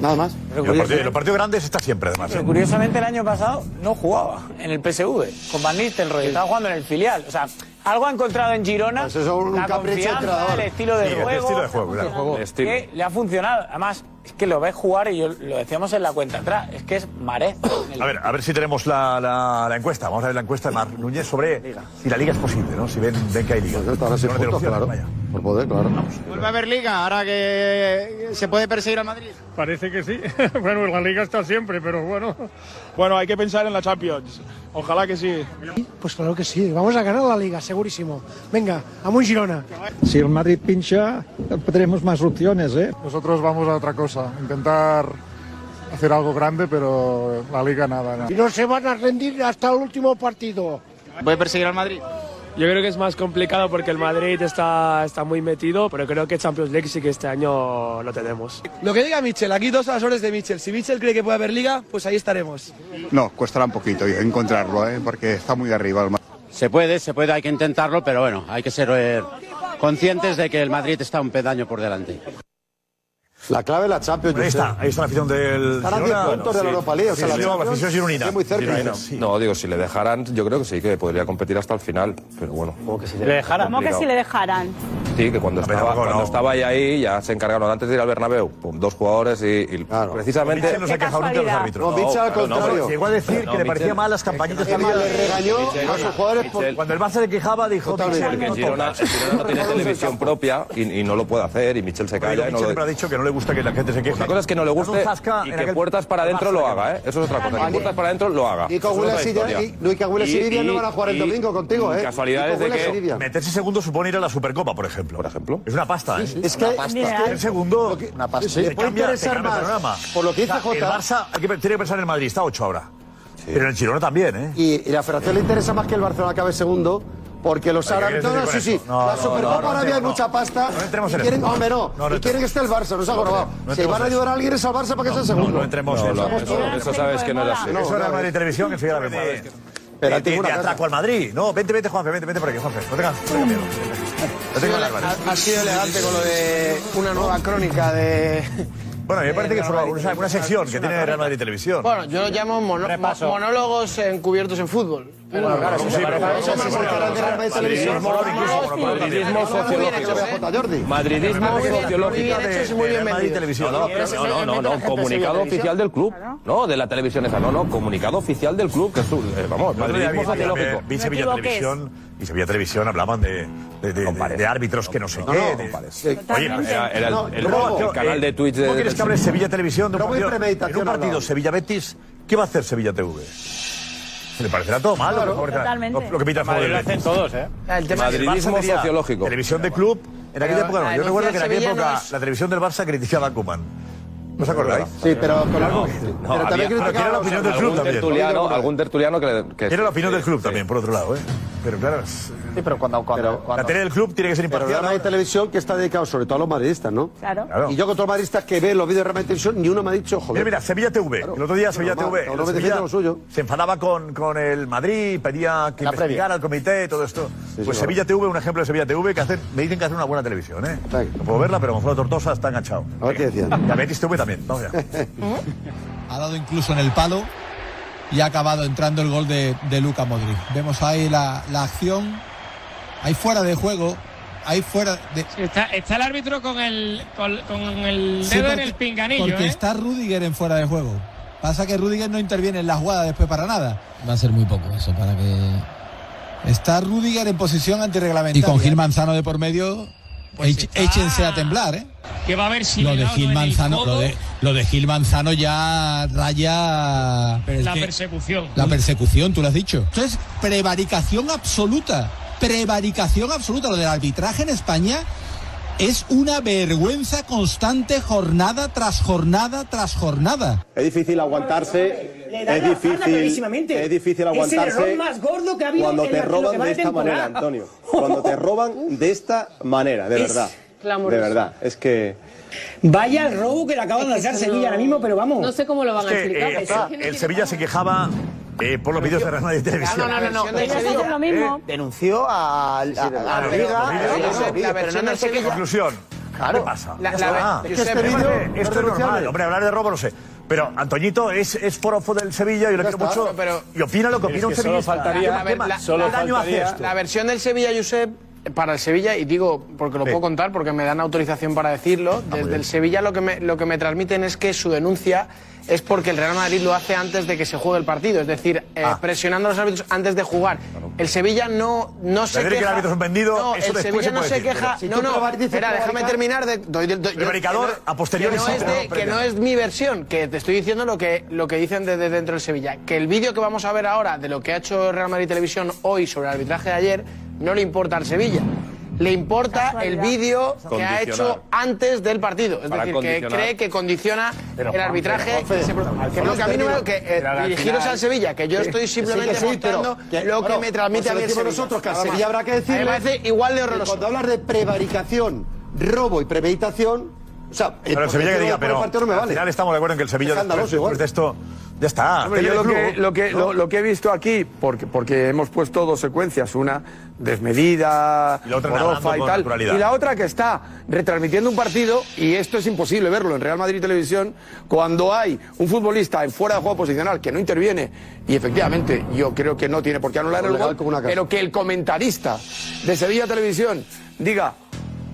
Speaker 7: Nada más.
Speaker 1: Los partidos, los partidos grandes está siempre, además. ¿eh?
Speaker 9: Pero curiosamente el año pasado no jugaba en el PSV, con Van Nistelrooy, estaba jugando en el filial. O sea, algo ha encontrado en Girona, la confianza, el estilo de
Speaker 1: Sí,
Speaker 9: juego,
Speaker 1: El estilo de juego, claro.
Speaker 9: que le ha funcionado. Además, es que lo ves jugar y yo, lo decíamos en la cuenta atrás, es que es Marez.
Speaker 1: A ver, a ver si tenemos la, la, la encuesta. Vamos a ver la encuesta de Mar Núñez sobre si la liga es posible, ¿no? Si ven, ven que hay liga.
Speaker 3: Ahora sí,
Speaker 1: Si no, no tiene
Speaker 3: puntos,
Speaker 1: opciones,
Speaker 3: claro.
Speaker 1: vaya.
Speaker 3: Por poder, claro.
Speaker 20: ¿Vuelve a haber liga ahora que se puede perseguir al Madrid?
Speaker 21: Parece que sí. bueno, la liga está siempre, pero bueno. Bueno, hay que pensar en la Champions. Ojalá que sí.
Speaker 22: Pues claro que sí, vamos a ganar la liga, segurísimo. Venga, a un Girona.
Speaker 23: Ah, Si el Madrid pincha, tendremos más opciones, ¿eh?
Speaker 24: Nosotros vamos a otra cosa, intentar hacer algo grande, pero la liga nada. nada.
Speaker 22: Y no se van a rendir hasta el último partido.
Speaker 20: ¿Puede perseguir al Madrid?
Speaker 25: Yo creo que es más complicado porque el Madrid está, está muy metido, pero creo que Champions League sí que este año lo tenemos.
Speaker 26: Lo que diga Michel, aquí dos a las horas de Michel. Si Michel cree que puede haber liga, pues ahí estaremos.
Speaker 12: No, costará un poquito encontrarlo, ¿eh? porque está muy arriba el Madrid.
Speaker 27: Se puede, se puede, hay que intentarlo, pero bueno, hay que ser eh, conscientes de que el Madrid está un pedaño por delante.
Speaker 3: La clave es la Champions.
Speaker 1: Ahí está, ahí está la afición del
Speaker 3: Estarán a 10
Speaker 1: Girona.
Speaker 3: puntos de la
Speaker 1: Sí.
Speaker 3: Europa League, o sea,
Speaker 1: Sí,
Speaker 3: la
Speaker 1: sí,
Speaker 3: Champions
Speaker 1: afición gironina.
Speaker 3: muy cerca.
Speaker 1: Gironina.
Speaker 6: No, No, digo, si le dejaran, yo creo que sí, que podría competir hasta el final, pero bueno.
Speaker 8: ¿Cómo que si le dejaran?
Speaker 6: Sí, que cuando estaba,
Speaker 1: tampoco
Speaker 6: cuando
Speaker 1: no.
Speaker 6: estaba ahí, ahí ya se encargaron antes de ir al Bernabéu, pum, dos jugadores y, y precisamente...
Speaker 1: Mitchell no se ha quejado nunca de los árbitros.
Speaker 6: No, claro, no, pero-
Speaker 1: Llegó a decir
Speaker 6: no,
Speaker 1: que le parecía
Speaker 6: Mitchell-
Speaker 1: mal las campañitas que
Speaker 6: Mitchell-
Speaker 1: había.
Speaker 6: le regañó Mitchell- a sus jugadores por- Mitchell-
Speaker 1: Cuando el Barça le quejaba, dijo... "Mitchell,
Speaker 6: Porque
Speaker 1: no
Speaker 6: Girona,
Speaker 1: tocas".
Speaker 6: Girona no tiene televisión propia y, y no lo puede hacer y Michel se
Speaker 1: Pero
Speaker 6: calla y no
Speaker 1: Mitchell
Speaker 6: lo
Speaker 1: siempre ha dicho que no le gusta que la gente se queje.
Speaker 6: Una cosa es que no le
Speaker 1: Dale
Speaker 6: guste
Speaker 1: un zasca
Speaker 6: y
Speaker 1: en
Speaker 6: que
Speaker 1: aquel-
Speaker 6: puertas para adentro
Speaker 1: Barça
Speaker 6: lo
Speaker 1: que
Speaker 6: haga, ¿eh? Eso es otra cosa. Que puertas para adentro lo haga.
Speaker 3: Nico
Speaker 6: Eso es otra
Speaker 3: Williams y-
Speaker 6: historia.
Speaker 3: y- Nico Williams y Vivian no van a jugar el domingo contigo,
Speaker 6: y
Speaker 3: ¿eh?
Speaker 6: Casualidades
Speaker 3: Nico
Speaker 6: de
Speaker 3: Williams
Speaker 6: que.
Speaker 3: y Vivian.
Speaker 1: Meterse segundo supone ir a la Supercopa, por ejemplo. Por ejemplo. Es una pasta, ¿eh?
Speaker 3: Sí, sí. Es que- Una pasta. es que-
Speaker 1: el segundo...
Speaker 3: Una pasta.
Speaker 1: Sí, sí,
Speaker 3: Le
Speaker 1: te
Speaker 3: puede
Speaker 1: cambia, te
Speaker 3: interesar
Speaker 1: cambia el
Speaker 3: más.
Speaker 1: panorama.
Speaker 3: Por lo que dice
Speaker 1: O sea, El
Speaker 3: Jota-
Speaker 1: Barça hay que- tiene que pensar en el Madrid. Está a 8 ahora. Pero el Girona también, ¿eh?
Speaker 3: Y, y la federación le interesa más que el Barcelona acabe segundo. Porque los
Speaker 1: Oye, ¿qué
Speaker 3: árabes.
Speaker 1: quieres
Speaker 3: No, no,
Speaker 1: decir
Speaker 3: sí,
Speaker 1: con
Speaker 3: sí.
Speaker 1: esto? No,
Speaker 3: la
Speaker 1: no,
Speaker 3: Supercopa
Speaker 1: no, no,
Speaker 3: ahora había
Speaker 1: no.
Speaker 3: mucha pasta.
Speaker 1: No entremos
Speaker 3: y
Speaker 1: en
Speaker 3: quieren,
Speaker 1: esto.
Speaker 3: Hombre, no.
Speaker 1: No, no
Speaker 3: y quieren que esté el Barça, nos ha
Speaker 1: No,
Speaker 3: grabado.
Speaker 1: no
Speaker 3: si
Speaker 1: entremos
Speaker 3: van a
Speaker 1: en
Speaker 3: ayudar
Speaker 1: eso.
Speaker 3: a alguien es al Barça para que sea segundo.
Speaker 1: No, no entremos en
Speaker 6: No,
Speaker 1: eso.
Speaker 6: no, eso, eso sabes que no era así.
Speaker 1: Eso era Madrid Televisión, que enseguida la vemos. De, de, de, de atraco al Madrid. No, vente, vente, Juanfe, vente, vente por aquí, Juanfe. No tengas no tengas miedo. No tengas Álvarez.
Speaker 28: Ha, ha sido elegante con lo de una nueva crónica de.
Speaker 1: Bueno, a mí me parece que
Speaker 28: Real
Speaker 1: forma
Speaker 28: Madrid.
Speaker 1: una, una sección que tiene Real Madrid Televisión.
Speaker 28: Bueno, yo lo llamo mono-
Speaker 1: Repaso.
Speaker 28: mo- monólogos encubiertos en fútbol. Pero claro,
Speaker 1: sí, pero-
Speaker 28: eso me
Speaker 1: Bueno,
Speaker 28: marcará el Real Madrid
Speaker 1: madridismo,
Speaker 28: Televisión.
Speaker 1: monólogos,
Speaker 28: Monólogos,
Speaker 1: monólogos,
Speaker 28: monólogos,
Speaker 6: monólogos,
Speaker 28: monólogos,
Speaker 6: monólogos,
Speaker 28: bien hechos, ¿eh?
Speaker 6: Madridismo
Speaker 28: Muy bien hechos,
Speaker 6: sociológico
Speaker 28: muy bien hechos y
Speaker 6: de,
Speaker 28: muy
Speaker 6: de
Speaker 1: Eh,
Speaker 28: bien
Speaker 6: Real Madrid
Speaker 28: vendidos.
Speaker 6: Televisión. No,
Speaker 28: Pero eso
Speaker 6: no,
Speaker 28: es
Speaker 6: no, no,
Speaker 28: obviamente la
Speaker 6: no,
Speaker 28: gente
Speaker 6: comunicado
Speaker 28: sigue
Speaker 6: oficial del club. No, de la televisión esa, no, no, comunicado oficial del club, que es un, eh, vamos,
Speaker 1: Yo el otro día
Speaker 6: madridismo
Speaker 1: vi- vi-
Speaker 6: sociológico.
Speaker 1: Vi Sevilla Televisión y Sevilla Televisión hablaban de, de, de- de árbitros que no sé
Speaker 6: No,
Speaker 1: qué.
Speaker 6: no,
Speaker 1: de-
Speaker 6: compares.
Speaker 1: Oye,
Speaker 6: Totalmente. Era- era el-
Speaker 1: no,
Speaker 6: el-
Speaker 1: ¿cómo-
Speaker 6: el
Speaker 1: cómo-
Speaker 6: canal de Twitch de-
Speaker 1: ¿Cómo eh, quieres que hable Sevilla Televisión de un
Speaker 3: No voy
Speaker 1: partido, en
Speaker 3: premeditación
Speaker 1: un partido
Speaker 3: hablado.
Speaker 1: Sevilla-Betis? ¿Qué va a hacer Sevilla TV? Se le parecerá todo mal.
Speaker 28: Claro.
Speaker 1: lo que favorecerá-
Speaker 28: Totalmente.
Speaker 1: Lo, lo que pita el
Speaker 15: Madrid
Speaker 1: juego
Speaker 15: lo
Speaker 1: del
Speaker 15: hacen
Speaker 1: Betis.
Speaker 15: todos, ¿eh?
Speaker 1: Ah,
Speaker 28: El tema es que el
Speaker 1: Madridismo
Speaker 28: Barça diría-
Speaker 1: sociológico. Televisión de club. En aquella
Speaker 28: Pero
Speaker 1: época no. Yo
Speaker 28: anunciar
Speaker 1: recuerdo que en aquella
Speaker 28: Sevilla no
Speaker 1: época
Speaker 28: es-
Speaker 1: la televisión del Barça criticaba a Kuman. ¿No os acordáis?
Speaker 3: Sí, pero con algo.
Speaker 1: No, había- pero que era la opinión del club
Speaker 6: algún
Speaker 1: también.
Speaker 6: tertuliano, algún tertuliano que, le- que
Speaker 1: Era la opinión del club también, por otro lado, ¿eh? Pero claro, es-
Speaker 5: Sí, pero cuando, cuando, cuando-
Speaker 1: la tele del club tiene que ser
Speaker 3: Pero
Speaker 1: imparcial.
Speaker 3: Real Madrid Televisión que está dedicado sobre todo a los madridistas, ¿no?
Speaker 2: Claro.
Speaker 3: Y yo con todos los madridistas que ve los vídeos de Real Madrid Televisión, ni uno me ha dicho,
Speaker 1: Mira,
Speaker 3: joder.
Speaker 1: mira, Sevilla TV. El otro día Sevilla
Speaker 3: Normal,
Speaker 1: TV.
Speaker 3: cada uno
Speaker 1: el
Speaker 3: defiende
Speaker 1: Sevilla
Speaker 3: lo suyo.
Speaker 1: Se enfadaba con, con el Madrid, pedía que
Speaker 3: La previa.
Speaker 1: investigara al comité y todo esto. pues
Speaker 3: sí,
Speaker 1: Sevilla TV, un ejemplo de Sevilla TV, que hacen, me dicen que hacen una buena televisión, ¿eh? No puedo verla, pero Gonzalo Tortosa está enganchado.
Speaker 3: A ver qué decían.
Speaker 1: Y a Betis TV también. Vamos allá.
Speaker 4: ha dado incluso en el palo y ha acabado entrando el gol de, de Luca Modric. Vemos ahí la, la acción, ahí fuera de juego, ahí fuera de...
Speaker 25: Está, está el árbitro con el, con, con el dedo
Speaker 4: Sí,
Speaker 25: en el pinganillo,
Speaker 4: porque
Speaker 25: ¿eh?
Speaker 4: está Rudiger en fuera de juego. Pasa que Rudiger no interviene en la jugada después para nada.
Speaker 29: Va a ser muy poco eso para que
Speaker 4: Está Rudiger en posición antirreglamentaria. Pues Y con Gil Manzano de por medio, ech- échense a temblar, ¿eh?
Speaker 25: Que va a ver si
Speaker 4: lo
Speaker 25: le
Speaker 4: de
Speaker 25: da o no
Speaker 4: Gil
Speaker 25: en el
Speaker 4: Manzano,
Speaker 25: codo
Speaker 4: lo de, lo de Gil Manzano ya raya pero es
Speaker 25: la
Speaker 4: que-
Speaker 25: persecución.
Speaker 4: la persecución, tú lo has dicho. Esto es prevaricación absoluta, prevaricación absoluta. Lo del arbitraje en España es una vergüenza constante, jornada tras jornada tras jornada.
Speaker 18: Es difícil aguantarse.
Speaker 4: Le da
Speaker 18: Es
Speaker 4: la espalda
Speaker 18: difícil,
Speaker 4: clarísimamente.
Speaker 18: es difícil
Speaker 4: Es el
Speaker 18: aguantarse
Speaker 4: error más gordo que ha habido
Speaker 18: cuando
Speaker 4: en
Speaker 18: te
Speaker 4: la- en lo que
Speaker 18: roban
Speaker 4: va
Speaker 18: de
Speaker 4: de
Speaker 18: esta manera,
Speaker 4: temporada.
Speaker 18: Antonio. Cuando te roban de esta manera, de
Speaker 4: Es
Speaker 18: verdad.
Speaker 4: clamoroso.
Speaker 18: De verdad. Es que.
Speaker 4: Vaya el robo que le acaban de
Speaker 25: Es que
Speaker 4: hacer
Speaker 25: esto
Speaker 4: Sevilla
Speaker 25: no-
Speaker 4: ahora mismo, pero vamos.
Speaker 25: no sé cómo lo van
Speaker 4: a
Speaker 25: a
Speaker 1: Es que, eh,
Speaker 25: explicar.
Speaker 1: el Sevilla se quejaba eh, por los vídeos de Real Madrid Televisión. Eh,
Speaker 25: No, no, no, no. Pero eso es lo mismo.
Speaker 28: Denunció a, a, a la Liga. La versión del Sevilla.
Speaker 1: Conclusión.
Speaker 28: Claro.
Speaker 1: ¿Qué pasa?
Speaker 28: La-
Speaker 1: Ya
Speaker 28: la-
Speaker 1: está.
Speaker 28: es que este
Speaker 1: Hombre,
Speaker 28: vídeo es
Speaker 1: Esto es normal.
Speaker 28: denunciable.
Speaker 1: Hombre, hablar de robo no sé. Pero Antoñito es, es forofo del Sevilla, yo lo
Speaker 28: Ya está.
Speaker 1: quiero mucho.
Speaker 28: No, pero-
Speaker 1: y opina lo que opina un sevillista. ¿Qué más- qué más- ¿Qué daño hace esto?
Speaker 28: la versión del Sevilla, Josep, para el Sevilla, y digo porque lo puedo contar, porque me dan autorización para
Speaker 1: Ah,
Speaker 28: decirlo, desde el Sevilla lo que, me, lo que me transmiten es que su denuncia es porque el Real Madrid lo hace antes de que se juegue el partido, es decir, eh,
Speaker 1: Ah.
Speaker 28: presionando a los árbitros antes de jugar. El Sevilla no, no se
Speaker 1: Decir que el
Speaker 28: queja...
Speaker 1: árbitro es un vendido,
Speaker 28: no,
Speaker 1: eso
Speaker 28: el
Speaker 1: después
Speaker 28: Sevilla
Speaker 1: se
Speaker 28: no
Speaker 1: puede
Speaker 28: se
Speaker 1: decir,
Speaker 28: queja...
Speaker 1: pero si
Speaker 28: no,
Speaker 1: tú
Speaker 28: no,
Speaker 1: prevaricas-
Speaker 28: espera, déjame
Speaker 1: prevaricas-
Speaker 28: terminar de... doy- doy- doy-
Speaker 1: Prevaricador,
Speaker 28: que no-
Speaker 1: a posteriori
Speaker 28: que no
Speaker 1: sí,
Speaker 28: es
Speaker 1: pero
Speaker 28: de- que
Speaker 1: previa.
Speaker 28: no es mi versión, que te estoy diciendo lo que, lo que dicen desde dentro del Sevilla. Que el vídeo que vamos a ver ahora de lo que ha hecho Real Madrid Televisión hoy sobre el arbitraje de ayer no le importa al Sevilla. Le importa el vídeo que ha
Speaker 6: Condicionar.
Speaker 28: hecho antes del partido. Es
Speaker 6: Para
Speaker 28: decir, que
Speaker 6: condicionar.
Speaker 28: cree que condiciona el
Speaker 6: Juan,
Speaker 28: arbitraje.
Speaker 6: pero, Juanfe,
Speaker 28: se pro-
Speaker 6: al
Speaker 28: que no, que a mí no me-
Speaker 3: termino.
Speaker 28: que, eh,
Speaker 3: Pero al
Speaker 28: dirigiros
Speaker 3: final-
Speaker 28: al Sevilla, que yo
Speaker 3: Sí,
Speaker 28: estoy
Speaker 3: que sí,
Speaker 28: simplemente
Speaker 3: que sí, pero
Speaker 28: mostrando
Speaker 3: que-
Speaker 28: lo
Speaker 3: bueno,
Speaker 28: que me transmite
Speaker 3: pues
Speaker 28: a mí
Speaker 3: lo
Speaker 28: el
Speaker 3: decimos
Speaker 28: Sevilla.
Speaker 3: nosotros que al
Speaker 28: Nada más.
Speaker 3: Sevilla habrá que
Speaker 28: A mí
Speaker 3: decirle
Speaker 28: me parece igual de
Speaker 3: que
Speaker 28: horroroso.
Speaker 3: Cuando hablas de prevaricación, robo y premeditación, o sea,
Speaker 1: Pero el Sevilla que diga, pero
Speaker 3: no me
Speaker 1: al
Speaker 3: vale.
Speaker 1: final estamos de acuerdo en que el Sevilla después,
Speaker 3: Escandaloso
Speaker 1: después
Speaker 3: igual.
Speaker 1: de esto ya está.
Speaker 7: Hombre,
Speaker 1: Tele
Speaker 7: yo lo
Speaker 1: del
Speaker 7: que,
Speaker 1: club,
Speaker 7: lo, que,
Speaker 1: ¿no?
Speaker 7: lo, lo que he visto aquí, porque, porque hemos puesto dos secuencias, una desmedida,
Speaker 1: Y la otra
Speaker 7: morofa
Speaker 1: nadando
Speaker 7: y
Speaker 1: con
Speaker 7: tal,
Speaker 1: naturalidad.
Speaker 7: y la otra que está retransmitiendo un partido, y esto es imposible verlo en Real Madrid Televisión, cuando hay un futbolista en fuera de juego posicional que no interviene, y efectivamente yo creo que no tiene por qué anular el
Speaker 3: Legal
Speaker 7: gol,
Speaker 3: como una casa.
Speaker 7: pero que el comentarista de Sevilla Televisión diga,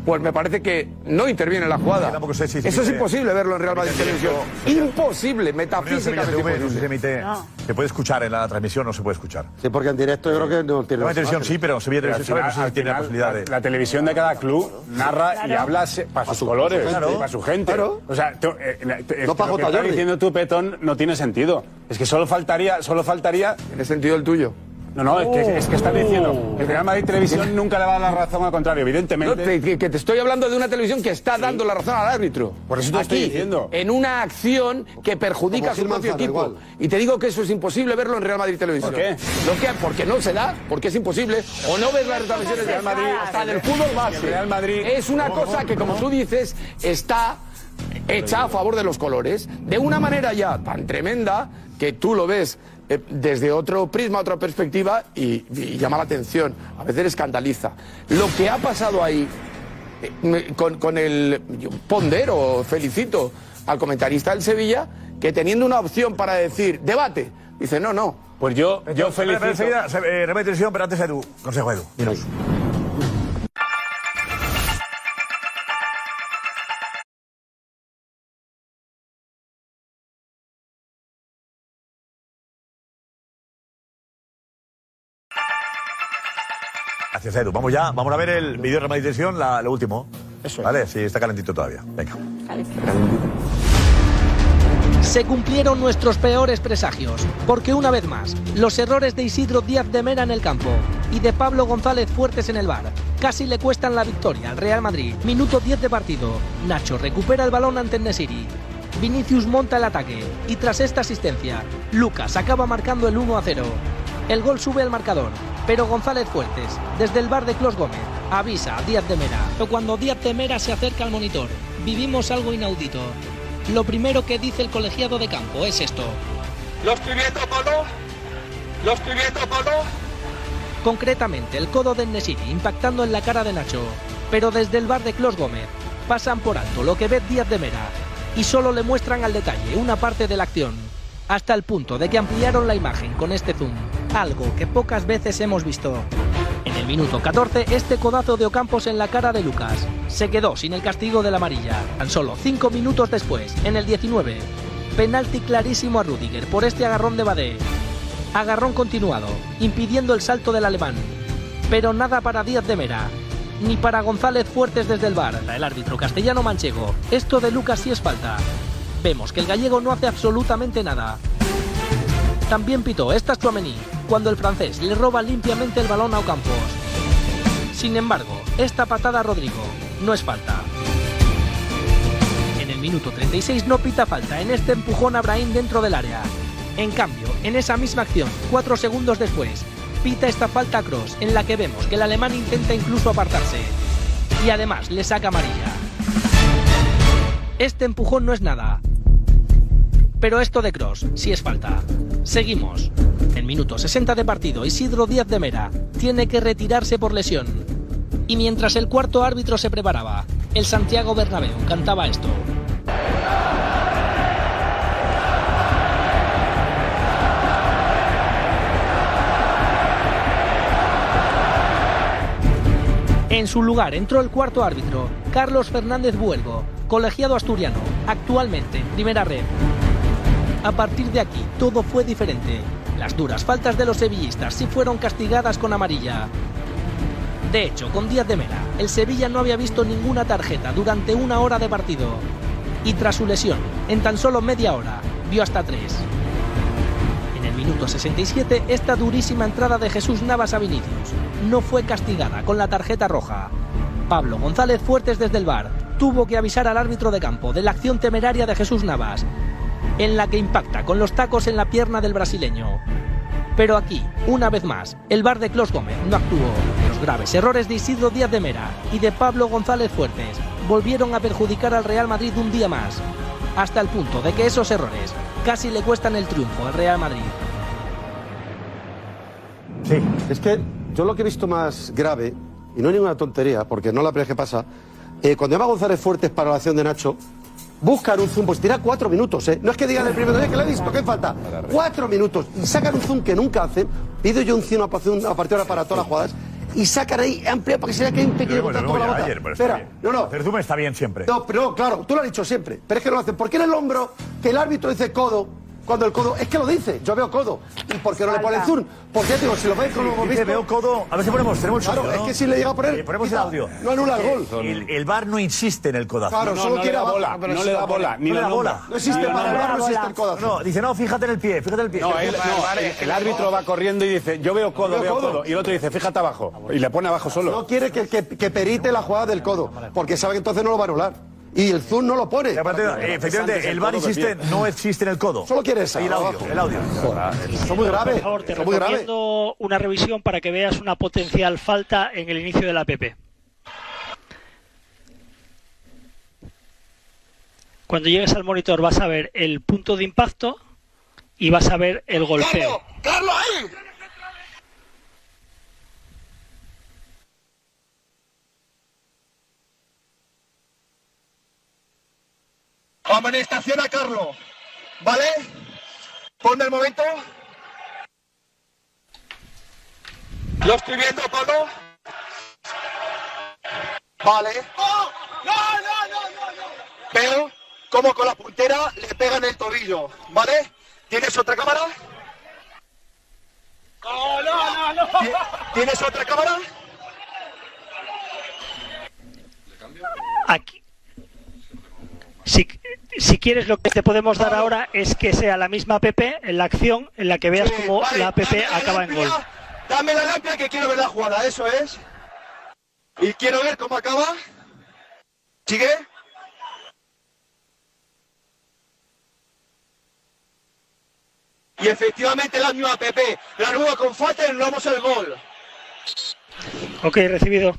Speaker 7: pues me parece que no interviene en la jugada.
Speaker 1: Tampoco sé si se
Speaker 7: Eso es
Speaker 1: emite-
Speaker 7: imposible verlo en Real Madrid Televisión. Imposible, metafísicamente
Speaker 1: Sevilla TV, no sé si
Speaker 7: imposible.
Speaker 1: se emite- ¿Se puede escuchar en la transmisión o no se puede escuchar?
Speaker 3: Sí, porque en directo yo creo que no tiene.
Speaker 1: No, en televisión sí, pero en Sevilla
Speaker 3: Pero al
Speaker 1: Televisión sabemos
Speaker 3: final-
Speaker 1: si tiene la
Speaker 3: al
Speaker 1: posibilidad de...
Speaker 3: final,
Speaker 12: La televisión de cada club narra y
Speaker 3: Claro.
Speaker 12: habla se- para sus colores,
Speaker 3: gente.
Speaker 12: para su gente. O sea, tú, eh, la- te-
Speaker 3: No
Speaker 12: lo
Speaker 3: pagó
Speaker 12: que está
Speaker 3: Jordi.
Speaker 12: diciendo tu petón no tiene sentido. Es que solo faltaría, solo faltaría.
Speaker 7: Tiene sentido el tuyo.
Speaker 12: No, no, es que, es que estás
Speaker 7: Oh.
Speaker 12: diciendo. El Real Madrid Televisión nunca le va a dar la razón, al contrario, evidentemente.
Speaker 7: No, te- que, que te estoy hablando de una televisión que está dando la razón al árbitro.
Speaker 12: Por eso te
Speaker 7: Aquí,
Speaker 12: estoy diciendo.
Speaker 7: En una acción que perjudica
Speaker 12: Como
Speaker 7: a su
Speaker 12: Gil
Speaker 7: propio
Speaker 12: Manzano,
Speaker 7: equipo. Y te digo que eso es imposible verlo en Real Madrid Televisión.
Speaker 12: ¿Por qué?
Speaker 7: Lo que- porque no se da, porque es imposible. O no ves las retransmisiones del
Speaker 12: Real
Speaker 7: Madrid,
Speaker 12: Madrid-
Speaker 7: hasta del fútbol base.
Speaker 12: El Real Madrid-
Speaker 7: Es una cosa que, como tú dices, está hecha a favor de los colores. De una manera ya tan tremenda que tú lo ves. eh, Desde otro prisma, otra perspectiva y- y llama la atención, a veces escandaliza. Lo que ha pasado ahí eh, me- con, con el yo pondero, felicito al comentarista del Sevilla, que teniendo una opción para decir debate, dice no, no.
Speaker 12: Pues yo, yo
Speaker 1: Espera, espera,
Speaker 12: felicito.
Speaker 1: enseguida, se- eh, Real Madrid Televisión, pero antes Edu, consejo Edu. Gracias Edu. Vamos ya, vamos a ver el vídeo de Real Madrid Televisión, la- lo último. Eso ¿Vale? Sí, está calentito todavía. Venga.
Speaker 30: Se cumplieron nuestros peores presagios, porque una vez más, los errores de Isidro Díaz de Mera en el campo y de Pablo González Fuertes en el bar casi le cuestan la victoria al Real Madrid. Minuto 10 de partido, Nacho recupera el balón ante Nesiri. Vinicius monta el ataque y tras esta asistencia, Lucas acaba marcando el 1 a 0. El gol sube al marcador, pero González Fuertes, desde el bar de Clos Gómez, avisa a Díaz de Mera. Cuando Díaz de Mera se acerca al monitor, vivimos algo inaudito. Lo primero que dice el colegiado de campo es esto.
Speaker 31: Lo estoy viendo, Pablo. Lo estoy viendo, Pablo.
Speaker 30: Concretamente, el codo de Nesiri impactando en la cara de Nacho. Pero desde el bar de Clos Gómez pasan por alto lo que ve Díaz de Mera y solo le muestran al detalle una parte de la acción, hasta el punto de que ampliaron la imagen con este zoom, algo que pocas veces hemos visto. En el minuto 14, este codazo de Ocampos en la cara de Lucas se quedó sin el castigo de la amarilla. Tan solo 5 minutos después, en el 19, penalti clarísimo a Rudiger por este agarrón de Badé. Agarrón continuado, impidiendo el salto del alemán. Pero nada para Díaz de Mera, ni para González Fuertes desde el bar, el árbitro castellano manchego. Esto de Lucas sí es falta. Vemos que el gallego no hace absolutamente nada. También pitó esta es Tchouaméni, cuando el francés le roba limpiamente el balón a Ocampos. Sin embargo, esta patada a Rodrigo no es falta. En el minuto 36 no pita falta en este empujón a Brahim dentro del área. En cambio, en esa misma acción, cuatro segundos después, pita esta falta a Cross, en la que vemos que el alemán intenta incluso apartarse. Y además le saca amarilla. Este empujón no es nada. Pero esto de Cross sí es falta. Seguimos. En minuto 60 de partido, Isidro Díaz de Mera tiene que retirarse por lesión. Y mientras el cuarto árbitro se preparaba, el Santiago Bernabéu cantaba esto. En su lugar entró el cuarto árbitro, Carlos Fernández Buelgo, colegiado asturiano, actualmente en primera red. A partir de aquí todo fue diferente. Las duras faltas de los sevillistas sí fueron castigadas con amarilla. De hecho, con Díaz de Mera, el Sevilla no había visto ninguna tarjeta durante una hora de partido. Y tras su lesión, en tan solo media hora, vio hasta tres. En el minuto 67, esta durísima entrada de Jesús Navas a Vinicius no fue castigada con la tarjeta roja. Pablo González Fuertes desde el bar tuvo que avisar al árbitro de campo de la acción temeraria de Jesús Navas, en la que impacta con los tacos en la pierna del brasileño. Pero aquí, una vez más, el bar de Clos Gómez no actuó. Los graves errores de Isidro Díaz de Mera y de Pablo González Fuertes volvieron a perjudicar al Real Madrid un día más, hasta el punto de que esos errores casi le cuestan el triunfo al Real Madrid.
Speaker 3: Sí. Es que yo lo que he visto más grave, y no es ninguna tontería, porque no la primera vez que pasa, eh, cuando llama González Fuertes para la acción de Nacho, buscan un zoom, pues tira cuatro minutos, ¿eh? No es que digan el primero, día que le he visto, ¿qué falta? Cuatro minutos, y sacan un zoom que nunca hacen, pido yo un zoom a pa- zoom a partir de ahora para todas las jugadas, y sacan ahí amplio para que se vea que hay un
Speaker 1: Lo
Speaker 3: pequeño
Speaker 1: vimos, lo
Speaker 3: contacto con
Speaker 1: vimos
Speaker 3: la
Speaker 1: ya
Speaker 3: bota.
Speaker 1: ayer, pero está
Speaker 3: Espera,
Speaker 1: bien.
Speaker 3: no, no.
Speaker 1: Hacer zoom está bien siempre.
Speaker 3: No, pero no, claro, tú lo has dicho siempre. Pero es que no lo hacen. ¿Por qué en el hombro que el árbitro dice codo? Cuando el codo. Es que lo dice, yo veo codo. ¿Y por qué no le
Speaker 1: Falta.
Speaker 3: ponen zoom? Porque ya te digo, si lo ves como
Speaker 1: Sí,
Speaker 3: hemos
Speaker 1: dice,
Speaker 3: visto.
Speaker 1: veo codo. A ver si ponemos, tenemos el
Speaker 3: Claro,
Speaker 1: audio,
Speaker 3: es
Speaker 1: ¿no?
Speaker 3: que si le llega a poner.
Speaker 1: Eh, ponemos el
Speaker 3: quita,
Speaker 1: audio.
Speaker 3: No anula el gol.
Speaker 1: El, el bar no insiste en el codazo.
Speaker 3: Claro, solo quiere
Speaker 1: da
Speaker 3: a-
Speaker 1: bola,
Speaker 3: pero
Speaker 1: no
Speaker 3: si
Speaker 1: le
Speaker 3: lo
Speaker 1: da
Speaker 3: pone-
Speaker 1: bola.
Speaker 3: no le da bola. No existe
Speaker 1: el
Speaker 3: para el bar, no existe el codazo.
Speaker 1: No, dice, no, fíjate en el pie, fíjate en el pie.
Speaker 12: No,
Speaker 1: Fíjate en
Speaker 12: él-
Speaker 1: el pie.
Speaker 12: no, el, el árbitro va corriendo y dice, yo veo codo,
Speaker 3: Veo
Speaker 12: veo
Speaker 3: codo.
Speaker 12: codo. Y el otro dice, fíjate abajo. Y le pone abajo solo.
Speaker 3: No quiere que, que- que perite la jugada del codo, porque sabe que entonces no lo va a anular. Y el zoom no lo pone.
Speaker 1: Aparte, eh, Efectivamente, el bar insiste, no existe en el codo.
Speaker 3: Solo quiere esa,
Speaker 1: Y el audio,
Speaker 3: abajo.
Speaker 1: el audio.
Speaker 3: Son muy graves.
Speaker 32: Por favor, te
Speaker 3: Son muy graves.
Speaker 32: recomiendo una revisión para que veas una potencial falta en el inicio de la PP. Cuando llegues al monitor vas a ver el punto de impacto y vas a ver el golpeo.
Speaker 14: ¡Carlos, ahí!
Speaker 31: Amonestación a Carlos. ¿Vale? Ponme el momento.
Speaker 14: Lo estoy viendo, Pablo. Vale.
Speaker 31: ¡No, no, no, no! Veo como con la puntera le pegan el tobillo. ¿Vale? ¿Tienes otra cámara? ¡No, no, no, no! ¿Tienes otra cámara?
Speaker 32: Aquí. Si, si quieres, lo que te podemos dar ahora es que sea la misma PP en la acción en la que veas cómo
Speaker 31: Eh, vale,
Speaker 32: la PP
Speaker 31: dame la
Speaker 32: acaba en gol.
Speaker 31: lámpara, Dame la lámpara que quiero ver la jugada, eso es. Y quiero ver cómo acaba. ¿Sigue? Y efectivamente la nueva PP, la nueva con falta y el lomo es el gol.
Speaker 32: Ok, recibido.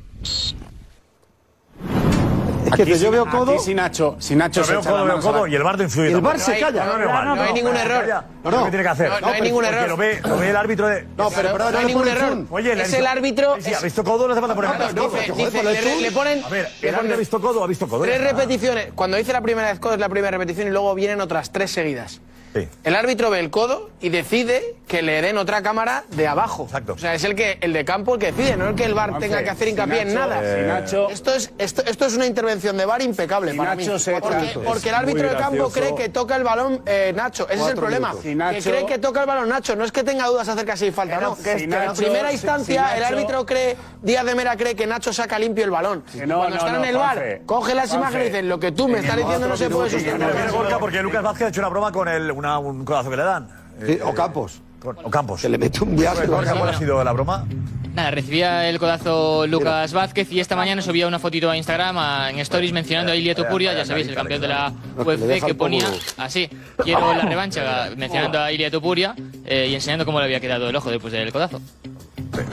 Speaker 12: Aquí
Speaker 32: yo
Speaker 12: si-
Speaker 32: veo codo-
Speaker 12: Aquí si Nacho, si Nacho
Speaker 1: Yo
Speaker 12: se
Speaker 1: veo
Speaker 12: echa
Speaker 1: codo,
Speaker 12: las
Speaker 1: veo
Speaker 12: manos a la-
Speaker 1: codo y el bar no influye.
Speaker 12: El
Speaker 1: tampoco.
Speaker 12: VAR se calla.
Speaker 1: No, no,
Speaker 12: No,
Speaker 1: igual,
Speaker 12: no, no hay ningún
Speaker 1: se
Speaker 12: error.
Speaker 1: calla.
Speaker 12: No,
Speaker 1: No, no,
Speaker 12: no.
Speaker 1: ¿qué tiene que hacer?
Speaker 12: No, no hay
Speaker 1: pero-
Speaker 12: ningún
Speaker 1: porque
Speaker 12: error.
Speaker 1: Lo ve, lo ve el árbitro de.
Speaker 12: No, pero,
Speaker 1: Oye,
Speaker 12: perdón,
Speaker 1: le
Speaker 12: no hay ningún
Speaker 1: ponen
Speaker 12: error.
Speaker 1: zoom. Oye, le
Speaker 12: Es
Speaker 1: ha
Speaker 12: el
Speaker 1: visto-
Speaker 12: árbitro,
Speaker 1: Sí, sí, ha
Speaker 12: es-
Speaker 1: visto codo, no hace falta poner
Speaker 12: No, pero
Speaker 1: nada.
Speaker 12: no,
Speaker 1: Porque,
Speaker 12: dice-
Speaker 1: joder,
Speaker 12: dice, le-
Speaker 1: ponle zoom.
Speaker 12: le ponen-
Speaker 1: A ver,
Speaker 12: le
Speaker 1: el árbitro
Speaker 12: ponen-
Speaker 1: ha visto codo, ha visto codo.
Speaker 12: Tres
Speaker 1: ya está.
Speaker 28: repeticiones. Cuando dice la primera vez codo, es la primera repetición y luego vienen otras tres seguidas.
Speaker 1: Sí.
Speaker 28: El árbitro ve el codo y decide que le den otra cámara de abajo. O sea, es el que el de campo el que decide, no el que el VAR
Speaker 12: Juanfe,
Speaker 28: tenga que hacer
Speaker 12: si
Speaker 28: hincapié en
Speaker 12: Nacho-
Speaker 28: nada. Eh.
Speaker 12: si Nacho-
Speaker 28: esto, es, esto, esto es una intervención de VAR impecable
Speaker 12: Si
Speaker 28: para
Speaker 12: Nacho
Speaker 28: mí.
Speaker 12: se
Speaker 28: porque,
Speaker 12: echa-
Speaker 28: porque el
Speaker 12: es
Speaker 28: árbitro
Speaker 12: muy
Speaker 28: de campo cree
Speaker 12: gracioso.
Speaker 28: que toca el balón eh, Nacho. Ese es el
Speaker 12: Cuatro
Speaker 28: problema.
Speaker 12: minutos. Si Nacho-
Speaker 28: que cree que toca el balón Nacho. No es que tenga dudas acerca de si hay falta.
Speaker 12: Que no,
Speaker 28: No, que es
Speaker 12: si
Speaker 28: que en la
Speaker 12: Nacho-
Speaker 28: primera
Speaker 12: si-
Speaker 28: instancia
Speaker 12: si
Speaker 28: el
Speaker 12: Nacho-
Speaker 28: árbitro cree, Díaz de Mera cree que Nacho saca limpio el balón.
Speaker 12: Que no,
Speaker 28: Cuando
Speaker 12: no,
Speaker 28: están
Speaker 12: no,
Speaker 28: en el VAR,
Speaker 12: Juanfe.
Speaker 28: coge las
Speaker 12: Juanfe,
Speaker 28: imágenes y dicen lo que tú me estás diciendo no se puede
Speaker 1: Me viene
Speaker 28: sustentar.
Speaker 1: Gorka porque Lucas Vázquez ha hecho una broma con el, una, un codazo que le dan.
Speaker 3: Sí, o Campos.
Speaker 1: O Campos. Que
Speaker 3: le mete un viaje.
Speaker 1: Gorka, ¿cuál ha sido la broma?
Speaker 33: Nada, recibía el codazo Lucas Vázquez y esta mañana subía una fotito a Instagram a- en Stories mencionando a Ilia Topuria, ya sabéis, el campeón de la
Speaker 3: No, que le
Speaker 33: UFC
Speaker 3: deja
Speaker 33: que
Speaker 3: un poco-
Speaker 33: ponía así, quiero la revancha, mencionando a Ilia Topuria eh, y enseñando cómo le había quedado el ojo después del codazo.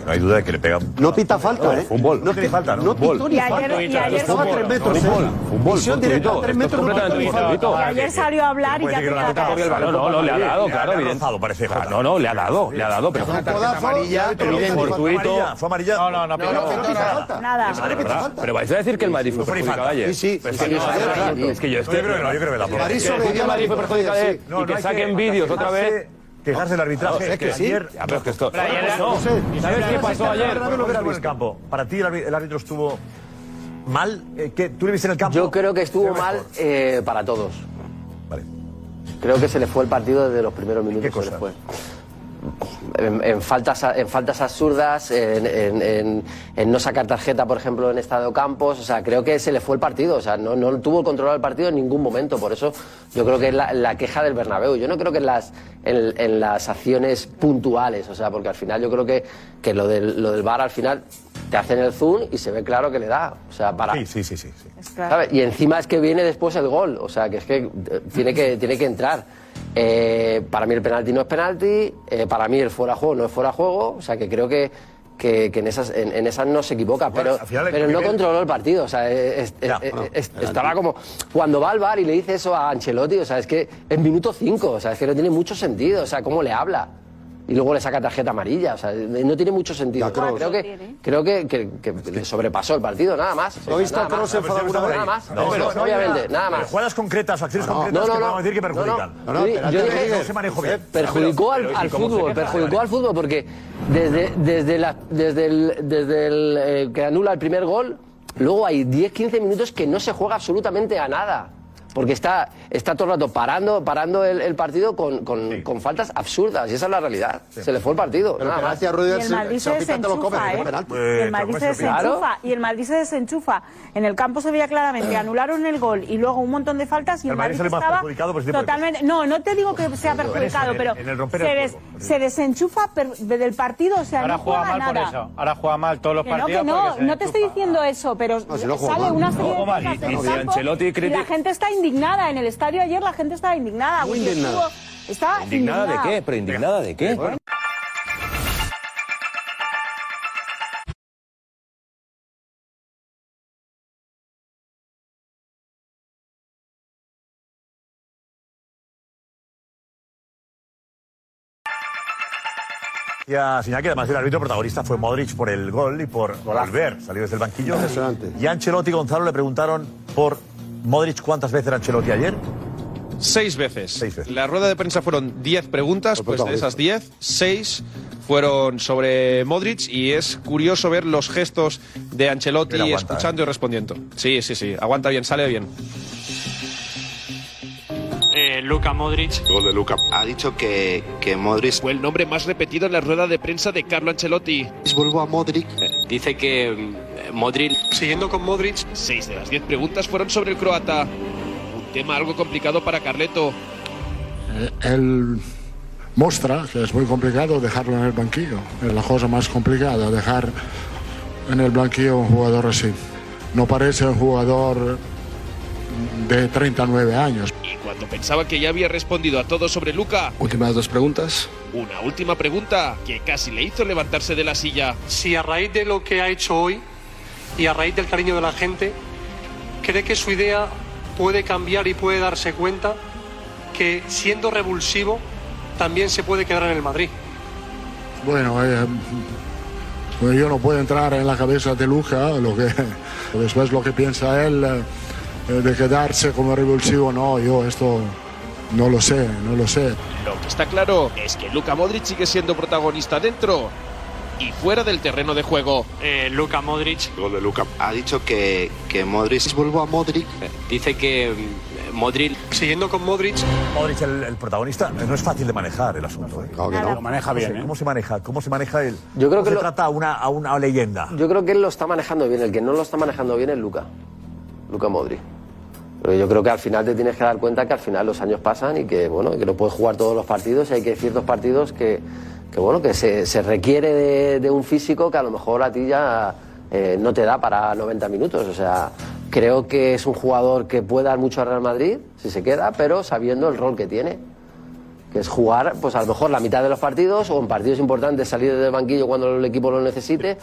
Speaker 1: No hay duda de que le pega un.
Speaker 3: No pita falta, ¿eh?
Speaker 1: Fútbol. No tiene falta, ¿no? Fútbol.
Speaker 2: Y ayer, y ayer,
Speaker 3: Estaba a tres metros, ¿eh? Visión directa a tres metros. de un
Speaker 2: y ayer salió a hablar y ya tenía la cara.
Speaker 1: No, no, no, le ha dado, claro, evidente. parece. no, no, le ha dado, le ha dado, pero fue
Speaker 31: amarilla,
Speaker 1: evidente. Fortuito. Fue amarilla. No, no, no,
Speaker 2: Nada.
Speaker 34: Pero vais a decir que el Madrid fue perjudicado ayer.
Speaker 1: Sí, sí.
Speaker 34: Es que yo es que yo estoy-
Speaker 1: Yo creo que no, yo creo que tampoco.
Speaker 34: Decir que el Madrid fue perjudicado ayer y que saquen vídeos otra vez.
Speaker 1: Quejarse del arbitraje.
Speaker 34: No, es que sí.
Speaker 1: ayer-
Speaker 34: Ya, pero es que esto-
Speaker 1: Pero ayer-
Speaker 34: No,
Speaker 1: no sé.
Speaker 34: ¿y sabes qué pasó
Speaker 1: Pero
Speaker 34: ayer?
Speaker 1: Bernabéu lo verás en el campo. Para ti el arbi- el árbitro estuvo mal. Eh, ¿qué? ¿Tú le viste en el campo?
Speaker 5: Yo creo que estuvo mal eh, para todos. Creo que se le fue el partido desde los primeros minutos. se le fue. En, en faltas, a- en faltas absurdas, en, en- en- en no sacar tarjeta, por ejemplo, en estado Campos. O sea, creo que se le fue el partido. O sea, no, no tuvo controlado el partido en ningún momento. Por eso yo creo que es la, la queja del Bernabéu. Yo no creo que en las, en, en las acciones puntuales. O sea, porque al final yo creo que, que lo, del, lo del VAR al final te hacen el zoom y se ve claro que le da. O sea, para.
Speaker 1: Sí, sí, sí. sí, sí.
Speaker 5: ¿Sabe? Y encima es que viene después el gol, o sea, que es que eh, tiene que, tiene que entrar. Eh, para mí el penalti no es penalti, eh, para mí el fuera de juego no es fuera de juego, o sea, que creo que, que, que en, esas, en, en esas no se equivoca,
Speaker 35: Bueno,
Speaker 5: pero,
Speaker 35: al final el
Speaker 5: pero no
Speaker 35: nivel-
Speaker 5: controló el partido, o sea, eh, es- es- es- es- estaba como... Cuando va al bar y le dice eso a Ancelotti, o sea, es que es minuto 5, o sea, es que no tiene mucho sentido, o sea, ¿cómo le habla? y luego le saca tarjeta amarilla. O sea, no tiene mucho sentido.
Speaker 3: Kroos.
Speaker 5: Creo que, creo que, que- que le sobrepasó el partido, nada más.
Speaker 3: ¿No viste a
Speaker 5: Nada más.
Speaker 3: Kroos enfadado alguna vez?
Speaker 5: Nada más.
Speaker 1: No, no, no,
Speaker 5: obviamente,
Speaker 1: no.
Speaker 5: nada más.
Speaker 1: Jugadas concretas, acciones
Speaker 5: No, no.
Speaker 1: concretas
Speaker 5: No, no,
Speaker 1: que
Speaker 5: no.
Speaker 1: vamos a decir que perjudican.
Speaker 5: No, no. Yo- yo dije- Eh,
Speaker 1: no se manejó bien.
Speaker 5: Perjudicó al,
Speaker 1: Pero,
Speaker 5: al
Speaker 1: ¿y cómo se
Speaker 5: fútbol,
Speaker 1: queja?
Speaker 5: perjudicó al fútbol porque desde, desde, la, desde el, desde el, eh, que anula el primer gol, luego hay 10-15 minutos que no se juega absolutamente a nada. Porque está, está todo el rato parando, parando el, el partido con, con, con faltas absurdas. Y esa es la realidad. Se le fue el partido.
Speaker 3: Pero
Speaker 5: nada más.
Speaker 3: penalti a Rudiger Y el se-
Speaker 8: Madrid se desenchufa, ¿eh? Y el
Speaker 1: Pues
Speaker 8: Madrid se desenchufa, y el Madrid se desenchufa. En el campo se veía claramente,
Speaker 6: Ah.
Speaker 8: anularon el gol y luego un montón de faltas y el,
Speaker 1: El Madrid sale más
Speaker 8: estaba
Speaker 1: perjudicado por ese tipo de
Speaker 8: totalmente... No, no te digo que sea
Speaker 1: En el romper
Speaker 8: perjudicado,
Speaker 1: el-
Speaker 8: pero
Speaker 1: en el romper
Speaker 8: se,
Speaker 1: el
Speaker 8: des-
Speaker 1: juego.
Speaker 8: se desenchufa per- de- del partido, o sea,
Speaker 15: Ahora
Speaker 8: no
Speaker 15: juega mal
Speaker 8: nada.
Speaker 15: por eso. Ahora juega mal todos los
Speaker 8: Que no,
Speaker 15: partidos.
Speaker 8: que no,
Speaker 15: porque se
Speaker 8: no te estoy diciendo eso, pero
Speaker 15: No, si lo juego
Speaker 8: sale
Speaker 15: mal.
Speaker 8: una
Speaker 15: No,
Speaker 8: serie
Speaker 15: juego mal.
Speaker 8: de cosas
Speaker 15: Y-
Speaker 8: del
Speaker 15: y si
Speaker 8: campo
Speaker 15: Ancelotti
Speaker 8: y la
Speaker 15: critica-
Speaker 8: gente está indignada. En el estadio ayer la gente estaba indignada.
Speaker 6: Muy
Speaker 8: Guti
Speaker 6: indignada.
Speaker 8: estuvo- Estaba
Speaker 6: ¿Indignada de qué? ¿Pero indignada de qué?
Speaker 1: Y a Siñaki, además el árbitro protagonista fue Modric por el gol y por volver, salir desde el banquillo.
Speaker 3: Impresionante.
Speaker 1: Y a Ancelotti y Gonzalo le preguntaron por Modric cuántas veces era Ancelotti ayer.
Speaker 35: Seis veces. La rueda de prensa fueron diez preguntas, pues de esas diez, seis fueron sobre Modric y es curioso ver los gestos de Ancelotti
Speaker 1: Él aguanta,
Speaker 35: escuchando y respondiendo. Sí, sí, sí, aguanta bien, sale bien.
Speaker 36: Luca Eh, Modric.
Speaker 35: Gol de Luca.
Speaker 36: Ha dicho que, que Modric fue el nombre más repetido en la rueda de prensa de Carlo Ancelotti. Vuelvo a Modric. Eh, Dice que mm, Modric. Siguiendo con Modric. Seis de las diez preguntas fueron sobre el croata. Un tema algo complicado para Carleto.
Speaker 24: Eh, Él muestra que es muy complicado dejarlo en el banquillo. Es la cosa más complicada, dejar en el banquillo un jugador así. No parece un jugador de 39 años.
Speaker 36: Y cuando pensaba que ya había respondido a todo sobre Luca,
Speaker 24: Últimas dos preguntas.
Speaker 36: una última pregunta que casi le hizo levantarse de la silla. Si a raíz de lo que ha hecho hoy y a raíz del cariño de la gente,
Speaker 24: ¿Cree que su idea puede cambiar y puede darse cuenta que siendo revulsivo también se puede quedar en el Madrid? Bueno, eh, pues yo no puedo entrar en la cabeza de Luca, lo que, después lo que piensa él eh, eh, de quedarse como revulsivo, no, yo esto no lo sé, no lo sé.
Speaker 36: Lo que está claro es que Luka Modric sigue siendo protagonista dentro y fuera del terreno de juego. Eh, Luka Modric. Gol de Luka. Ha dicho que, que Modric. Vuelvo a Modric. Dice que mm, Modric. Siguiendo con Modric.
Speaker 1: Modric, el, el protagonista, eh, no es fácil de manejar el asunto. ¿eh?
Speaker 24: que no. Lo maneja
Speaker 1: ¿Cómo
Speaker 24: bien,
Speaker 1: se-
Speaker 24: ¿eh?
Speaker 1: ¿Cómo se maneja? ¿Cómo se maneja el?
Speaker 5: Yo creo
Speaker 1: cómo
Speaker 5: que
Speaker 1: se
Speaker 5: lo-
Speaker 1: trata a una, a una leyenda.
Speaker 5: Yo creo que él lo está manejando bien. El que no lo está manejando bien es Luca. Luca Modri. Pero yo creo que al final te tienes que dar cuenta que al final los años pasan y que bueno, que no puedes jugar todos los partidos y hay que ciertos partidos que, que bueno, que se, se requiere de, de un físico que a lo mejor a ti ya eh, no te da para 90 minutos. O sea, creo que es un jugador que puede dar mucho al Real Madrid si se queda, pero sabiendo el rol que tiene que es jugar, pues a lo mejor la mitad de los partidos o en partidos importantes salir del banquillo cuando el equipo lo necesite.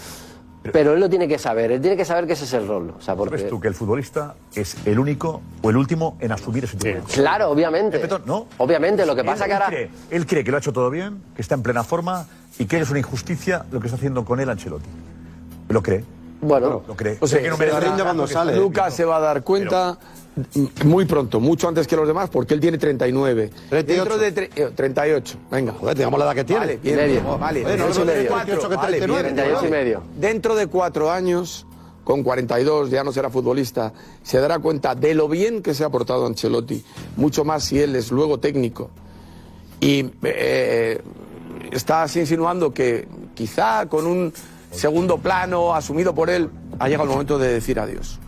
Speaker 5: Pero él lo tiene que saber, él tiene que saber que ese es el rol. O sea, porque...
Speaker 1: ¿Sabes tú que el futbolista es el único o el último en asumir ese tipo de cosas?
Speaker 5: Claro, obviamente. Obviamente, lo que
Speaker 1: Él-
Speaker 5: pasa
Speaker 1: él
Speaker 5: que ahora...
Speaker 1: cree- él cree que lo ha hecho todo bien, que está en plena forma y que es una injusticia lo que está haciendo con él Ancelotti. Lo cree.
Speaker 5: Bueno,
Speaker 1: lo cree.
Speaker 7: O sea,
Speaker 1: Cree que no
Speaker 7: se
Speaker 1: merece
Speaker 7: dará
Speaker 1: nada
Speaker 7: cuando
Speaker 1: lo que está
Speaker 7: sale.
Speaker 1: haciendo.
Speaker 7: Lucas se va a dar cuenta muy pronto, mucho antes que los demás, porque él tiene 39.
Speaker 3: 38.
Speaker 7: Dentro de tre- eh, 38. Venga, joder,
Speaker 3: digamos la edad que tiene.
Speaker 7: Vale, bien,
Speaker 3: Y medio.
Speaker 7: bien, vale.
Speaker 3: Joder, no,
Speaker 7: 38 y
Speaker 3: no,
Speaker 7: medio.
Speaker 3: 38 que 39,
Speaker 7: bien,
Speaker 3: 38 y
Speaker 7: vale.
Speaker 3: medio.
Speaker 7: Dentro de cuatro años, con 42, ya no será futbolista, se dará cuenta de lo bien que se ha portado Ancelotti. Mucho más si él es luego técnico. Y eh, estás insinuando que quizá con un segundo plano asumido por él ha llegado el momento de decir adiós.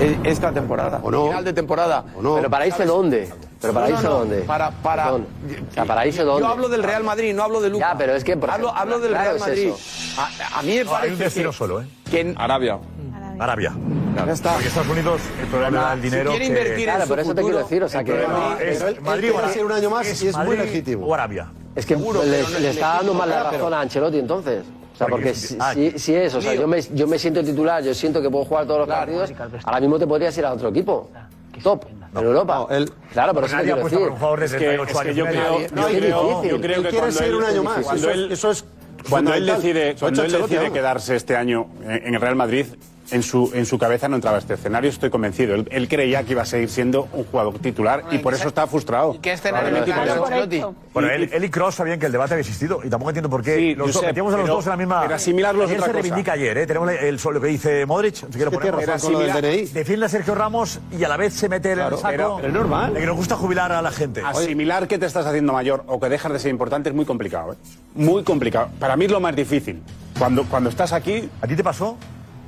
Speaker 7: E- Esta temporada. Final de temporada.
Speaker 5: Pero para irse
Speaker 7: ¿Sabes?
Speaker 5: dónde? Pero para irse dónde?
Speaker 7: Para, para,
Speaker 5: Perdón. O sea, para irse dónde?
Speaker 7: Yo hablo del Real Madrid, no hablo de Lucas.
Speaker 5: Ya, pero es que, por
Speaker 7: hablo,
Speaker 5: ejemplo,
Speaker 7: hablo del
Speaker 5: claro,
Speaker 7: Real
Speaker 5: es
Speaker 7: Madrid.
Speaker 5: eso.
Speaker 7: A, a mí me
Speaker 1: No,
Speaker 7: parece
Speaker 1: hay un destino
Speaker 7: que-
Speaker 1: solo, ¿eh?
Speaker 7: que
Speaker 35: Arabia.
Speaker 1: Arabia.
Speaker 7: Ya está.
Speaker 1: Porque Estados Unidos, el problema del dinero.
Speaker 7: quiere
Speaker 1: que-
Speaker 7: invertir en Claro, su por eso te quiero futuro, decir, o sea,
Speaker 1: el
Speaker 7: que-
Speaker 1: problema
Speaker 7: Pero
Speaker 1: es
Speaker 7: él- él
Speaker 1: Madrid
Speaker 7: quiere hacer un año más y es muy
Speaker 1: Madrid
Speaker 7: legítimo.
Speaker 1: O Arabia.
Speaker 5: Es que
Speaker 1: Seguro,
Speaker 5: le,
Speaker 1: pero no es
Speaker 5: le está dando
Speaker 1: legítimo,
Speaker 5: mal la
Speaker 1: pero-
Speaker 5: razón a Ancelotti entonces. O sea, porque si,
Speaker 1: ah,
Speaker 5: si- si es, o sea, yo me, yo me siento titular, yo siento que puedo jugar todos los partidos, ahora mismo te podrías ir a otro equipo. Top. en Europa. claro, pero
Speaker 1: Pues
Speaker 5: eso
Speaker 1: nadie
Speaker 5: te
Speaker 1: ha
Speaker 5: quiero
Speaker 1: puesto
Speaker 5: decir.
Speaker 1: por un jugador desde 38 años.
Speaker 5: yo creo-
Speaker 1: Nadie. Nadie.
Speaker 5: yo creo-
Speaker 1: Difícil.
Speaker 12: yo creo
Speaker 1: Él
Speaker 12: que
Speaker 1: quiere
Speaker 12: cuando
Speaker 1: ser
Speaker 12: él-
Speaker 1: un año
Speaker 12: sí,
Speaker 1: más,
Speaker 12: cuando
Speaker 1: eso es-
Speaker 12: él-
Speaker 1: eso es
Speaker 12: cuando él
Speaker 1: fundamental.
Speaker 12: decide,
Speaker 1: Lo ha
Speaker 12: cuando
Speaker 1: hecho
Speaker 12: él
Speaker 1: Ancelotti,
Speaker 12: decide
Speaker 1: vamos.
Speaker 12: quedarse este año en en el Real Madrid, en su, en su cabeza no entraba este escenario, estoy convencido. Él, él creía que iba a seguir siendo un jugador titular y por eso está frustrado.
Speaker 28: ¿Qué
Speaker 1: escenario
Speaker 12: Ahora,
Speaker 1: le
Speaker 12: claro,
Speaker 1: cambia
Speaker 12: claro.
Speaker 1: Ancelotti? Bueno, él, él y Cross sabían que el debate había existido y tampoco entiendo por qué
Speaker 12: Sí,
Speaker 1: los dos,
Speaker 12: Josep,
Speaker 1: metíamos a los
Speaker 12: pero-
Speaker 1: dos en la misma.
Speaker 12: pero asimilarlos
Speaker 1: Ayer
Speaker 12: otra
Speaker 1: se
Speaker 12: cosa.
Speaker 1: reivindica ayer, ¿eh? tenemos el sol que dice Modric. Si quiero
Speaker 12: que
Speaker 1: ponerlo,
Speaker 12: tiene razón con lo del DNI.
Speaker 1: Defiende a Sergio Ramos y a la vez se mete en el saco.
Speaker 12: pero- pero es normal.
Speaker 1: De que nos gusta jubilar a la gente.
Speaker 12: Asimilar que te estás haciendo mayor o que dejas de ser importante es muy complicado. ¿eh? Muy complicado. Para mí es lo más difícil. Cuando, cuando estás aquí.
Speaker 1: ¿A ti te pasó?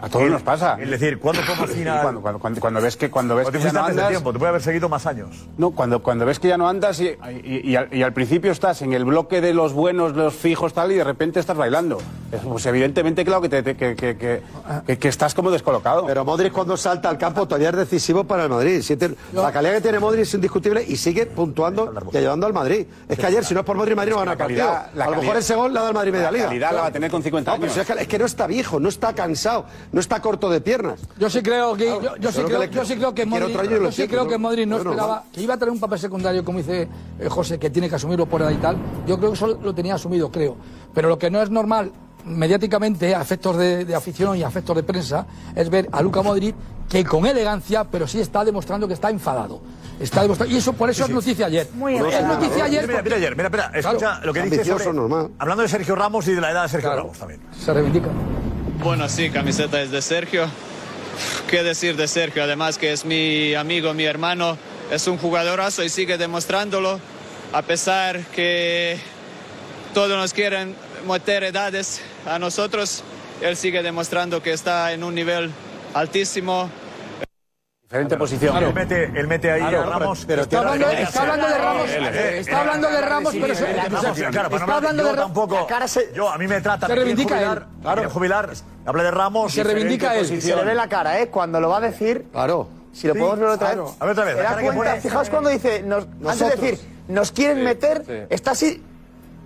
Speaker 12: A todos nos pasa.
Speaker 1: Es decir, ¿cuándo fue más final?
Speaker 12: Cuando, cuando, cuando- cuando ves que cuando ves
Speaker 1: O te
Speaker 12: que ya
Speaker 1: fuiste
Speaker 12: no
Speaker 1: antes de
Speaker 12: andas,
Speaker 1: tiempo, te puede haber seguido más años.
Speaker 12: no, cuando, cuando ves que ya no andas y, y- y al, y al principio estás en el bloque de los buenos, los fijos, tal, y de repente estás bailando. Es- Pues evidentemente, claro que, te- te- que, que- que- que- que estás como descolocado.
Speaker 3: Pero Modric cuando salta al campo todavía es decisivo para el Madrid. Siete- la calidad que tiene Modric es indiscutible y sigue puntuando y ayudando al Madrid. Es que ayer, si no es por Modric, Madrid no gana
Speaker 12: la
Speaker 3: partido.
Speaker 12: calidad- la
Speaker 3: a lo mejor
Speaker 12: calidad-
Speaker 3: ese gol la da el Madrid media
Speaker 12: la
Speaker 3: liga.
Speaker 12: calidad la va a tener con 50
Speaker 3: No, pero
Speaker 12: años.
Speaker 3: si es, que, es que no está viejo, no está cansado, no está corto de piernas.
Speaker 4: Yo sí creo que, yo, yo sí
Speaker 3: Creo que
Speaker 4: creo,
Speaker 3: le-
Speaker 4: yo sí creo que
Speaker 3: quiere
Speaker 4: Modric,
Speaker 3: otro año y lo
Speaker 4: yo sí
Speaker 3: siente,
Speaker 4: creo
Speaker 3: ¿no?
Speaker 4: que Modric no
Speaker 3: Bueno,
Speaker 4: esperaba que iba a tener un papel secundario, como dice eh, José, que tiene que asumirlo por edad y tal. Yo creo que eso lo tenía asumido, creo. Pero lo que no es normal mediáticamente, a efectos de, de afición y a efectos de prensa, es ver a Luca Modric que con elegancia, pero sí está demostrando que está enfadado. Está demostrando, y eso por eso es noticia ayer. es
Speaker 1: Mira,
Speaker 4: noticia ayer.
Speaker 1: Mira, mira,
Speaker 4: porque-
Speaker 1: ayer, mira, espera, escucha
Speaker 4: Claro.
Speaker 1: lo que dice sobre, Hablando de Sergio Ramos y de la edad de Sergio Ramos también.
Speaker 4: Se reivindica.
Speaker 29: Bueno, sí, camiseta es de Sergio. ¿Qué decir de Sergio? Además que es mi amigo, mi hermano, es un jugadorazo y sigue demostrándolo, a pesar que todos nos quieren meter edades a nosotros, él sigue demostrando que está en un nivel altísimo.
Speaker 12: Diferente posición.
Speaker 1: Él, mete, él mete ahí
Speaker 29: Claro,
Speaker 1: a Ramos.
Speaker 12: pero- pero
Speaker 1: Está
Speaker 12: tiene
Speaker 1: hablando-
Speaker 12: razón.
Speaker 1: está hablando de Ramos.
Speaker 12: Él, él,
Speaker 1: eh,
Speaker 12: él.
Speaker 1: está hablando de
Speaker 4: Ramos, pero se-
Speaker 1: Ramos, claro, para no
Speaker 4: Está
Speaker 1: hablar-
Speaker 4: hablando de
Speaker 1: yo
Speaker 4: Ra-
Speaker 1: tampoco. Yo, a mí me trata.
Speaker 4: Se
Speaker 1: me quiere
Speaker 4: reivindica
Speaker 1: jubilar,
Speaker 4: él.
Speaker 1: me quiere jubilar, habla de Ramos.
Speaker 4: Se reivindica
Speaker 1: diferente
Speaker 4: él.
Speaker 1: posición.
Speaker 4: Se le ve
Speaker 18: la cara, ¿eh? Cuando lo va a decir.
Speaker 3: Claro.
Speaker 18: Si lo
Speaker 1: Sí,
Speaker 18: podemos ver otra
Speaker 1: claro.
Speaker 18: vez.
Speaker 1: A ver otra vez,
Speaker 18: ¿Te
Speaker 1: la
Speaker 18: das
Speaker 1: cara que
Speaker 18: cuenta?
Speaker 1: pone-
Speaker 18: Fijaos cuando dice. Nos, antes de
Speaker 1: eh, Nosotros.
Speaker 18: decir, nos quieren
Speaker 1: Sí,
Speaker 18: meter,
Speaker 1: sí.
Speaker 18: está así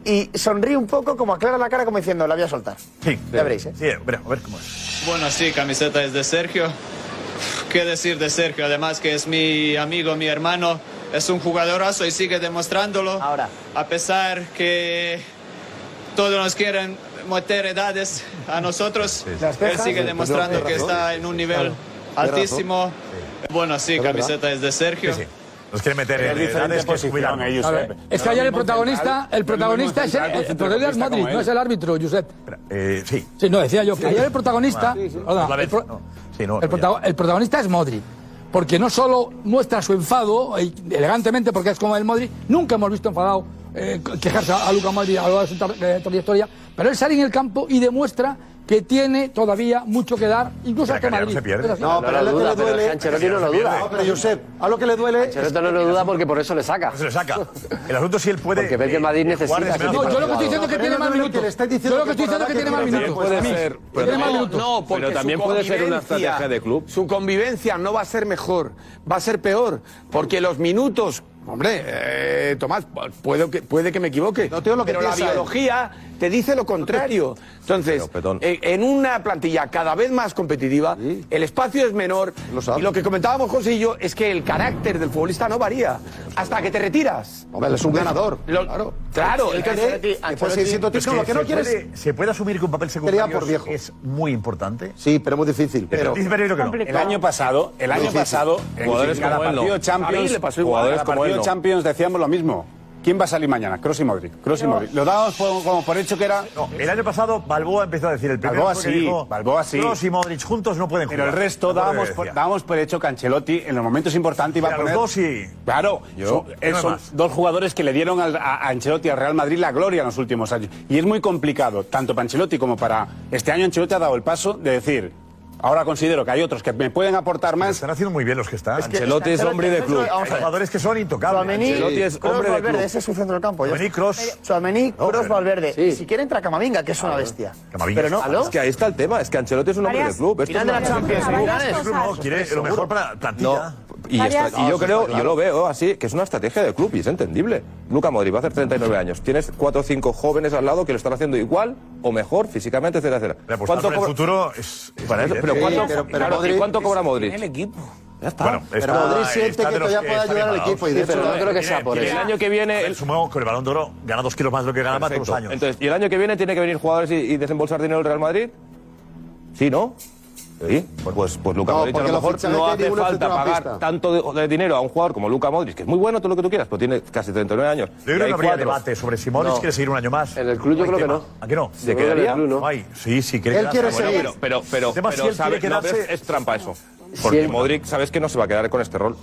Speaker 18: y sonríe un poco, como aclara la cara, como diciendo, la voy a soltar.
Speaker 1: Sí,
Speaker 18: Ya veréis, ¿eh?
Speaker 1: Sí, a ver cómo es.
Speaker 29: Bueno, sí, camiseta es de Sergio. ¿Qué decir de Sergio? Además que es mi amigo, mi hermano, es un jugadorazo y sigue demostrándolo. Ahora. A pesar que todos nos quieren meter edades a nosotros, Las él cejas. sigue Sí, demostrando pero que tiene está razón. en un nivel razón. altísimo. Bueno, sí, Es verdad. camiseta es de Sergio. Sí, sí.
Speaker 1: Nos quiere meter
Speaker 29: Pero es
Speaker 1: en
Speaker 29: diferente
Speaker 1: edades que es
Speaker 29: posición,
Speaker 1: jubilar.
Speaker 29: eh,
Speaker 4: A ver, es que ayer el protagonista, el protagonista es el, el protagonista es Modric, no es el árbitro, Josep.
Speaker 1: Eh, sí.
Speaker 4: Sí, no, decía yo que ayer el protagonista.
Speaker 1: Sí, sí.
Speaker 4: Hola,
Speaker 1: La
Speaker 4: el,
Speaker 1: vez,
Speaker 4: pro-
Speaker 1: no. Sí, no,
Speaker 4: el protago- el protagonista es Modric. Porque no solo muestra su enfado, eh, elegantemente, porque es como el Modric, nunca hemos visto enfadado eh, quejarse a a Luca Modric a lo largo de su tra- eh, trayectoria, pero él sale en el campo y demuestra que tiene todavía mucho que dar, incluso hasta Madrid. Es así.
Speaker 3: No, pero a él lo que le
Speaker 5: pero
Speaker 3: duele.
Speaker 5: Ancelotti no lo duda.
Speaker 3: No, pero Josep, a lo que le duele.
Speaker 5: Ancelotti no lo duda porque por eso le saca.
Speaker 1: Se lo saca. El asunto es si él puede.
Speaker 5: Porque ve que el Madrid necesita. eh, ese tipo de jugadores.
Speaker 18: Puede ser, pero-
Speaker 28: Tiene más minutos.
Speaker 18: No, porque
Speaker 28: Pero
Speaker 18: también
Speaker 28: su
Speaker 18: puede ser una
Speaker 28: convivencia-
Speaker 18: estrategia de club.
Speaker 28: Su convivencia no va a ser mejor, va a ser peor, porque los minutos. Hombre, eh, Tomás, puedo que, puede que me equivoque,
Speaker 18: que
Speaker 28: pero la
Speaker 18: piensa él.
Speaker 28: biología te dice lo contrario. Entonces, eh, en una plantilla cada vez más competitiva, el espacio es menor. y lo que comentábamos José y yo es que el carácter del futbolista no varía hasta que te retiras.
Speaker 3: Hombre, él es un ganador.
Speaker 28: Lo-
Speaker 3: claro.
Speaker 28: Claro,
Speaker 3: Él
Speaker 28: el
Speaker 3: cree que puede seguir siendo
Speaker 28: "Pues
Speaker 3: título, lo que no
Speaker 1: se
Speaker 3: quiere es-
Speaker 1: puede- ¿Se puede asumir que un papel
Speaker 3: Sería
Speaker 1: secundario
Speaker 3: por viejo.
Speaker 1: es muy importante?
Speaker 3: Sí, pero muy difícil.
Speaker 1: Pero, dice Pereiro que no.
Speaker 12: El año pasado, el año
Speaker 1: Difícil.
Speaker 12: pasado,
Speaker 1: Jugadores
Speaker 12: en cada
Speaker 1: como él no.
Speaker 12: partido
Speaker 1: A mí
Speaker 12: Champions,
Speaker 1: le pasó igual.
Speaker 12: jugadores
Speaker 1: Cada
Speaker 12: como
Speaker 1: partido
Speaker 12: él no. Champions decíamos lo mismo. ¿Quién va a salir mañana? Cross y Modric. Kroos y
Speaker 1: No.
Speaker 12: Modric. Lo dábamos por- como por hecho que era.
Speaker 1: No, el año pasado Balboa empezó a decir el primero
Speaker 12: Balboa
Speaker 1: fue que
Speaker 12: sí,
Speaker 1: dijo,
Speaker 12: Balboa sí.
Speaker 1: Kroos y Modric juntos no pueden jugar.
Speaker 12: Pero el resto
Speaker 1: Balboa
Speaker 12: dábamos
Speaker 1: decía.
Speaker 12: por, dábamos por hecho que Ancelotti en los momentos importantes iba a
Speaker 1: Pero a
Speaker 12: poner...
Speaker 1: los dos sí.
Speaker 12: Claro,
Speaker 1: Yo,
Speaker 12: son,
Speaker 1: yo
Speaker 12: eh,
Speaker 1: no
Speaker 12: son
Speaker 1: más.
Speaker 12: dos jugadores que le dieron al- a, a Ancelotti, al Real Madrid, la gloria en los últimos años. Y es muy complicado, tanto para Ancelotti como para... Este año Ancelotti ha dado el paso de decir... Ahora considero que hay otros que me pueden aportar más. Están
Speaker 1: haciendo muy bien los que están.
Speaker 18: Es que- Ancelotti es hombre de club.
Speaker 1: Hay jugadores que son intocables.
Speaker 18: Tchouaméni, Kroos, Valverde, ese es su centro del campo. ya
Speaker 1: Tchouaméni,
Speaker 18: está.
Speaker 1: Kroos.
Speaker 18: Tchouaméni, Kroos, Valverde. Si quiere entra Camavinga, que es una bestia. Pero no, ¿aló?
Speaker 6: Es que ahí está el tema, es que Ancelotti es un hombre de
Speaker 18: Varias-
Speaker 6: club.
Speaker 18: final de la Champions,
Speaker 6: Mundial.
Speaker 18: Mundiales.
Speaker 1: No, quiere lo mejor para plantilla.
Speaker 6: No, y,
Speaker 1: Varias-
Speaker 6: esto- y yo
Speaker 1: Ah, sí,
Speaker 6: creo,
Speaker 1: claro.
Speaker 6: yo lo veo así, que es una estrategia de club y es entendible. Luca Modric va a hacer 39 años, tienes 4 o 5 jóvenes al lado que lo están haciendo igual o mejor físicamente, etcétera, etcétera.
Speaker 1: Apostar por el
Speaker 6: cobra-
Speaker 1: futuro es... es
Speaker 6: Para eso,
Speaker 1: evidente.
Speaker 6: pero ¿cuánto, claro, ¿y cuánto cobra Modric?
Speaker 1: equipo. Ya está. eh, Bueno,
Speaker 3: Pero Madrid siente que esto ya puede ayudar al equipo y de hecho no creo que sea por eso.
Speaker 1: El año que viene. Sumamos con el balón de oro, gana dos kilos más de lo que ganaba hace unos
Speaker 6: Perfecto.
Speaker 1: años.
Speaker 6: Entonces, ¿y el año que viene tiene que venir jugadores y, y desembolsar dinero el Real Madrid? Sí, ¿no? Sí, pues, pues, pues Luka
Speaker 3: No,
Speaker 6: Modric a
Speaker 3: porque
Speaker 6: lo
Speaker 3: los
Speaker 6: mejor
Speaker 3: fichajes
Speaker 6: no
Speaker 3: de
Speaker 6: hace
Speaker 3: ninguno
Speaker 6: falta
Speaker 3: centrocampista.
Speaker 6: pagar tanto de, de dinero a un jugador como Luka Modric, que es muy bueno, todo lo que tú quieras, pero tiene casi 39 años.
Speaker 1: Yo creo
Speaker 6: Y
Speaker 1: que
Speaker 6: hay
Speaker 1: no habría
Speaker 6: cuatro.
Speaker 1: debate sobre si Modric
Speaker 6: No.
Speaker 1: quiere seguir un año más. En el
Speaker 6: club yo creo que
Speaker 1: ¿A qué no?
Speaker 6: ¿Se quedaría?
Speaker 1: No hay. Sí, sí, quiere quedarse.
Speaker 6: Bueno, Pero, pero, pero,
Speaker 1: El tema es si
Speaker 6: pero
Speaker 1: él quiere
Speaker 6: sabes- no, pero
Speaker 1: quedarse-
Speaker 6: es trampa eso. Porque Modric sabes que no se va a quedar con este rol.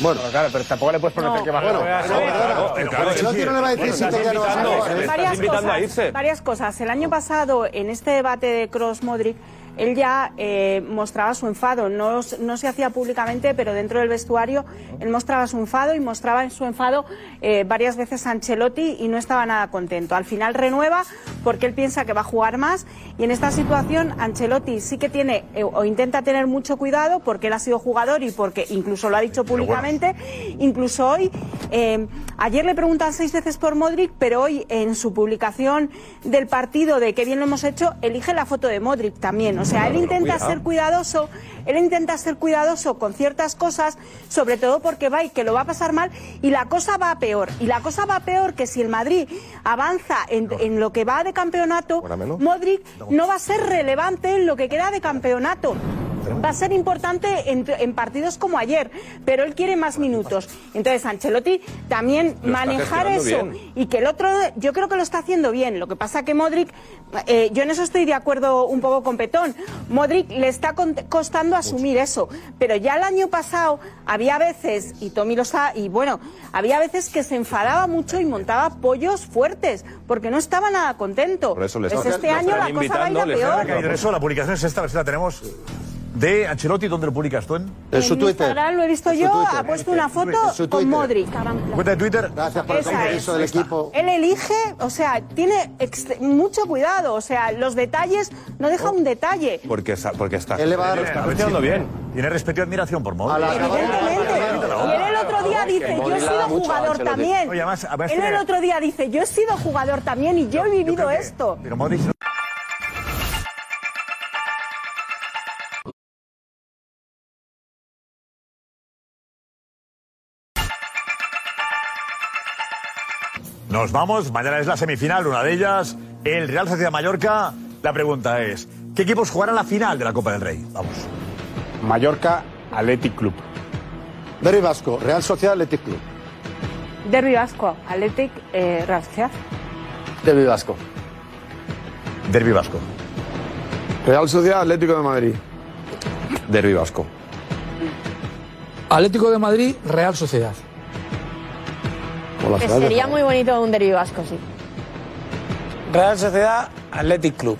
Speaker 18: Bueno, claro, pero tampoco le puedes
Speaker 6: prometer que va a
Speaker 18: Ancelotti no le va a decir si te quedas o no.
Speaker 6: Le estás
Speaker 8: varias
Speaker 6: invitando a
Speaker 8: cosas,
Speaker 6: irse.
Speaker 8: varias cosas. El año pasado, en este debate de Cross Modric, él ya eh, mostraba su enfado. No, s- no se hacía públicamente, pero dentro del vestuario él mostraba su enfado y mostraba su enfado eh, varias veces a Ancelotti y no estaba nada contento. Al final renueva porque él piensa que va a jugar más y en esta situación Ancelotti sí que tiene eh, o intenta tener mucho cuidado porque él ha sido jugador y porque incluso lo ha dicho
Speaker 9: bueno.
Speaker 8: públicamente Exactamente. Incluso hoy, eh, ayer le preguntan seis veces por Modric, pero hoy en su publicación del partido de qué bien lo hemos hecho, elige la foto de Modric también. O sea, él
Speaker 25: Claro,
Speaker 8: intenta
Speaker 25: cuidado.
Speaker 8: ser cuidadoso, él intenta ser cuidadoso con ciertas cosas, sobre todo porque va y que lo va a pasar mal y la cosa va a peor. Y la cosa va a peor que si el Madrid avanza en, en lo que va de campeonato,
Speaker 6: Ahora menos.
Speaker 8: Modric no va a ser relevante en lo que queda de campeonato. Va a ser importante en, en partidos como ayer, pero él quiere más minutos. Entonces, Ancelotti también
Speaker 14: Lo está
Speaker 8: manejar eso
Speaker 14: gestionando bien.
Speaker 8: y que el otro, yo creo que lo está haciendo bien. Lo que pasa que Modric, eh, yo en eso estoy de acuerdo un poco con Petón. Modric le está con- costando asumir eso, pero ya el año pasado había veces y Tommy lo sabe y bueno, había veces que se enfadaba mucho y montaba pollos fuertes porque no estaba nada contento.
Speaker 1: Por eso le
Speaker 8: pues
Speaker 1: están-
Speaker 8: este
Speaker 1: le
Speaker 8: año
Speaker 1: están
Speaker 8: la cosa va a ir a
Speaker 1: invitando, le están
Speaker 8: peor.
Speaker 1: recaído en Eso, la publicación es esta, a ver si la tenemos. De Ancelotti, ¿dónde lo publicas tú? En,
Speaker 8: En Instagram lo he visto yo, ha puesto una
Speaker 1: En eh, su
Speaker 8: foto con
Speaker 1: Twitter.
Speaker 8: Modric.
Speaker 1: Cuenta de Twitter.
Speaker 3: Gracias
Speaker 8: por el Esa compromiso es. del
Speaker 3: equipo.
Speaker 8: Él elige, o sea, tiene ex- mucho cuidado, o sea, los detalles, no
Speaker 1: Oh.
Speaker 8: deja un detalle.
Speaker 6: Porque, sa- porque está.
Speaker 1: Él le va a
Speaker 6: Lo
Speaker 1: dar-
Speaker 6: está gestionando bien.
Speaker 1: Tiene respeto y admiración por Modric.
Speaker 8: Y él el otro día dice, yo he sido jugador también.
Speaker 1: Oye, además, además
Speaker 8: Él el
Speaker 1: tiene-
Speaker 8: otro día dice, yo he sido jugador también y yo he vivido esto.
Speaker 1: Pero Modric no- Nos vamos, mañana es la semifinal, una de ellas, el Real Sociedad Mallorca. La pregunta es, ¿qué equipos jugarán la final de la Copa del Rey? Vamos.
Speaker 12: Mallorca, Athletic Club.
Speaker 3: Derby Vasco, Real Sociedad Athletic Club.
Speaker 8: Derby Vasco, Athletic, eh, Real Sociedad.
Speaker 7: Derby Vasco.
Speaker 1: Derby Vasco.
Speaker 7: Real Sociedad Atlético de Madrid.
Speaker 6: Derby vasco.
Speaker 4: Atlético de Madrid, Real Sociedad.
Speaker 2: Que sería muy bonito un derbi vasco, sí.
Speaker 18: Real Sociedad Athletic Club.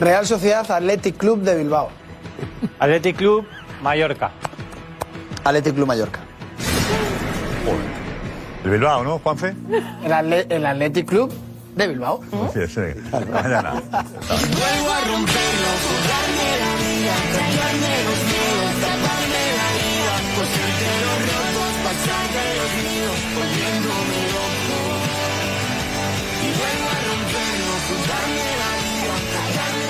Speaker 18: Real Sociedad Athletic Club de Bilbao.
Speaker 15: Athletic Club, Mallorca.
Speaker 18: Athletic Club Mallorca.
Speaker 1: El Bilbao, ¿no,
Speaker 18: ¿Eh?
Speaker 1: Juanfe?
Speaker 18: El, Atle- el Athletic Club de Bilbao.
Speaker 1: Sí, sí. Mañana.
Speaker 14: Vuelvo a romperlo, jugarme la vida, tragarme los miedos.